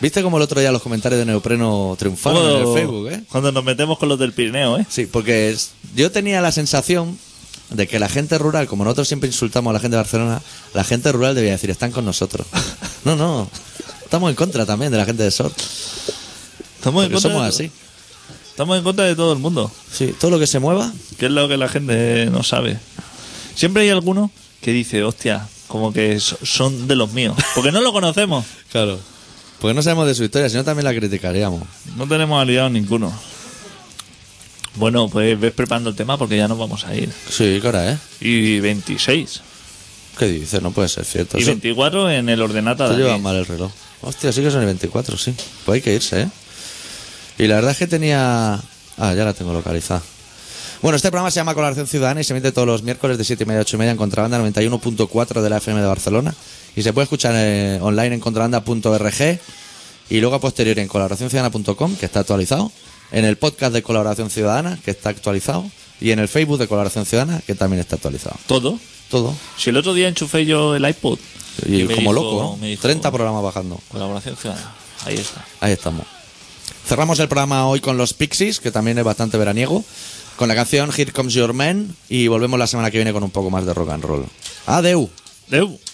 Speaker 1: ¿Viste como el otro día los comentarios de neopreno triunfaron en el
Speaker 2: Cuando-
Speaker 1: Facebook, eh?
Speaker 2: Cuando nos metemos con los del Pirineo, ¿eh?
Speaker 1: Sí, porque es- yo tenía la sensación de que la gente rural, como nosotros siempre insultamos a la gente de Barcelona, la gente rural debía decir, están con
Speaker 2: (laughs)
Speaker 1: nosotros. No, no. Estamos en contra también de la gente de Sort.
Speaker 2: Estamos en
Speaker 1: Porque
Speaker 2: contra
Speaker 1: somos
Speaker 2: de-
Speaker 1: así.
Speaker 2: Estamos en contra de todo el mundo,
Speaker 1: Sí, todo lo que se mueva.
Speaker 2: que es lo que la gente no sabe. Siempre hay alguno que dice, hostia, como que so- son de los míos, porque no lo conocemos.
Speaker 1: Claro. Porque no sabemos de su historia, si no también la criticaríamos.
Speaker 2: No tenemos aliados ninguno. Bueno, pues ves preparando el tema porque ya nos vamos a ir.
Speaker 1: Sí, ¿qué hora, eh?
Speaker 2: Y 26.
Speaker 1: ¿Qué dices? No puede ser cierto.
Speaker 2: Y
Speaker 1: Eso-
Speaker 2: 24 en el ordenata
Speaker 1: Te
Speaker 2: de
Speaker 1: llevan
Speaker 2: aquí.
Speaker 1: mal el reloj. Hostia, sí que son el 24, sí. Pues hay que irse, ¿eh? Y la verdad es que tenía... Ah, ya la tengo localizada. Bueno, este programa se llama Colaboración Ciudadana y se emite todos los miércoles de 7 y media a 8 y media en Contrabanda 91.4 de la FM de Barcelona. Y se puede escuchar eh, online en contrabanda.org y luego a posteriori en colaboracionciudadana.com, que está actualizado, en el podcast de Colaboración Ciudadana, que está actualizado, y en el Facebook de Colaboración Ciudadana, que también está actualizado.
Speaker 2: Todo.
Speaker 1: Todo.
Speaker 2: Si el otro día enchufé yo el iPod.
Speaker 1: Y,
Speaker 2: me
Speaker 1: como
Speaker 2: dijo-
Speaker 1: loco, ¿no?
Speaker 2: me dijo,
Speaker 1: 30 programas bajando.
Speaker 2: Colaboración ciudadana. Ahí está.
Speaker 1: Ahí estamos. Cerramos el programa hoy con los Pixies, que también es bastante veraniego, con la canción Here Comes Your Man y volvemos la semana que viene con un poco más de rock and roll. Adeu.
Speaker 2: Deu.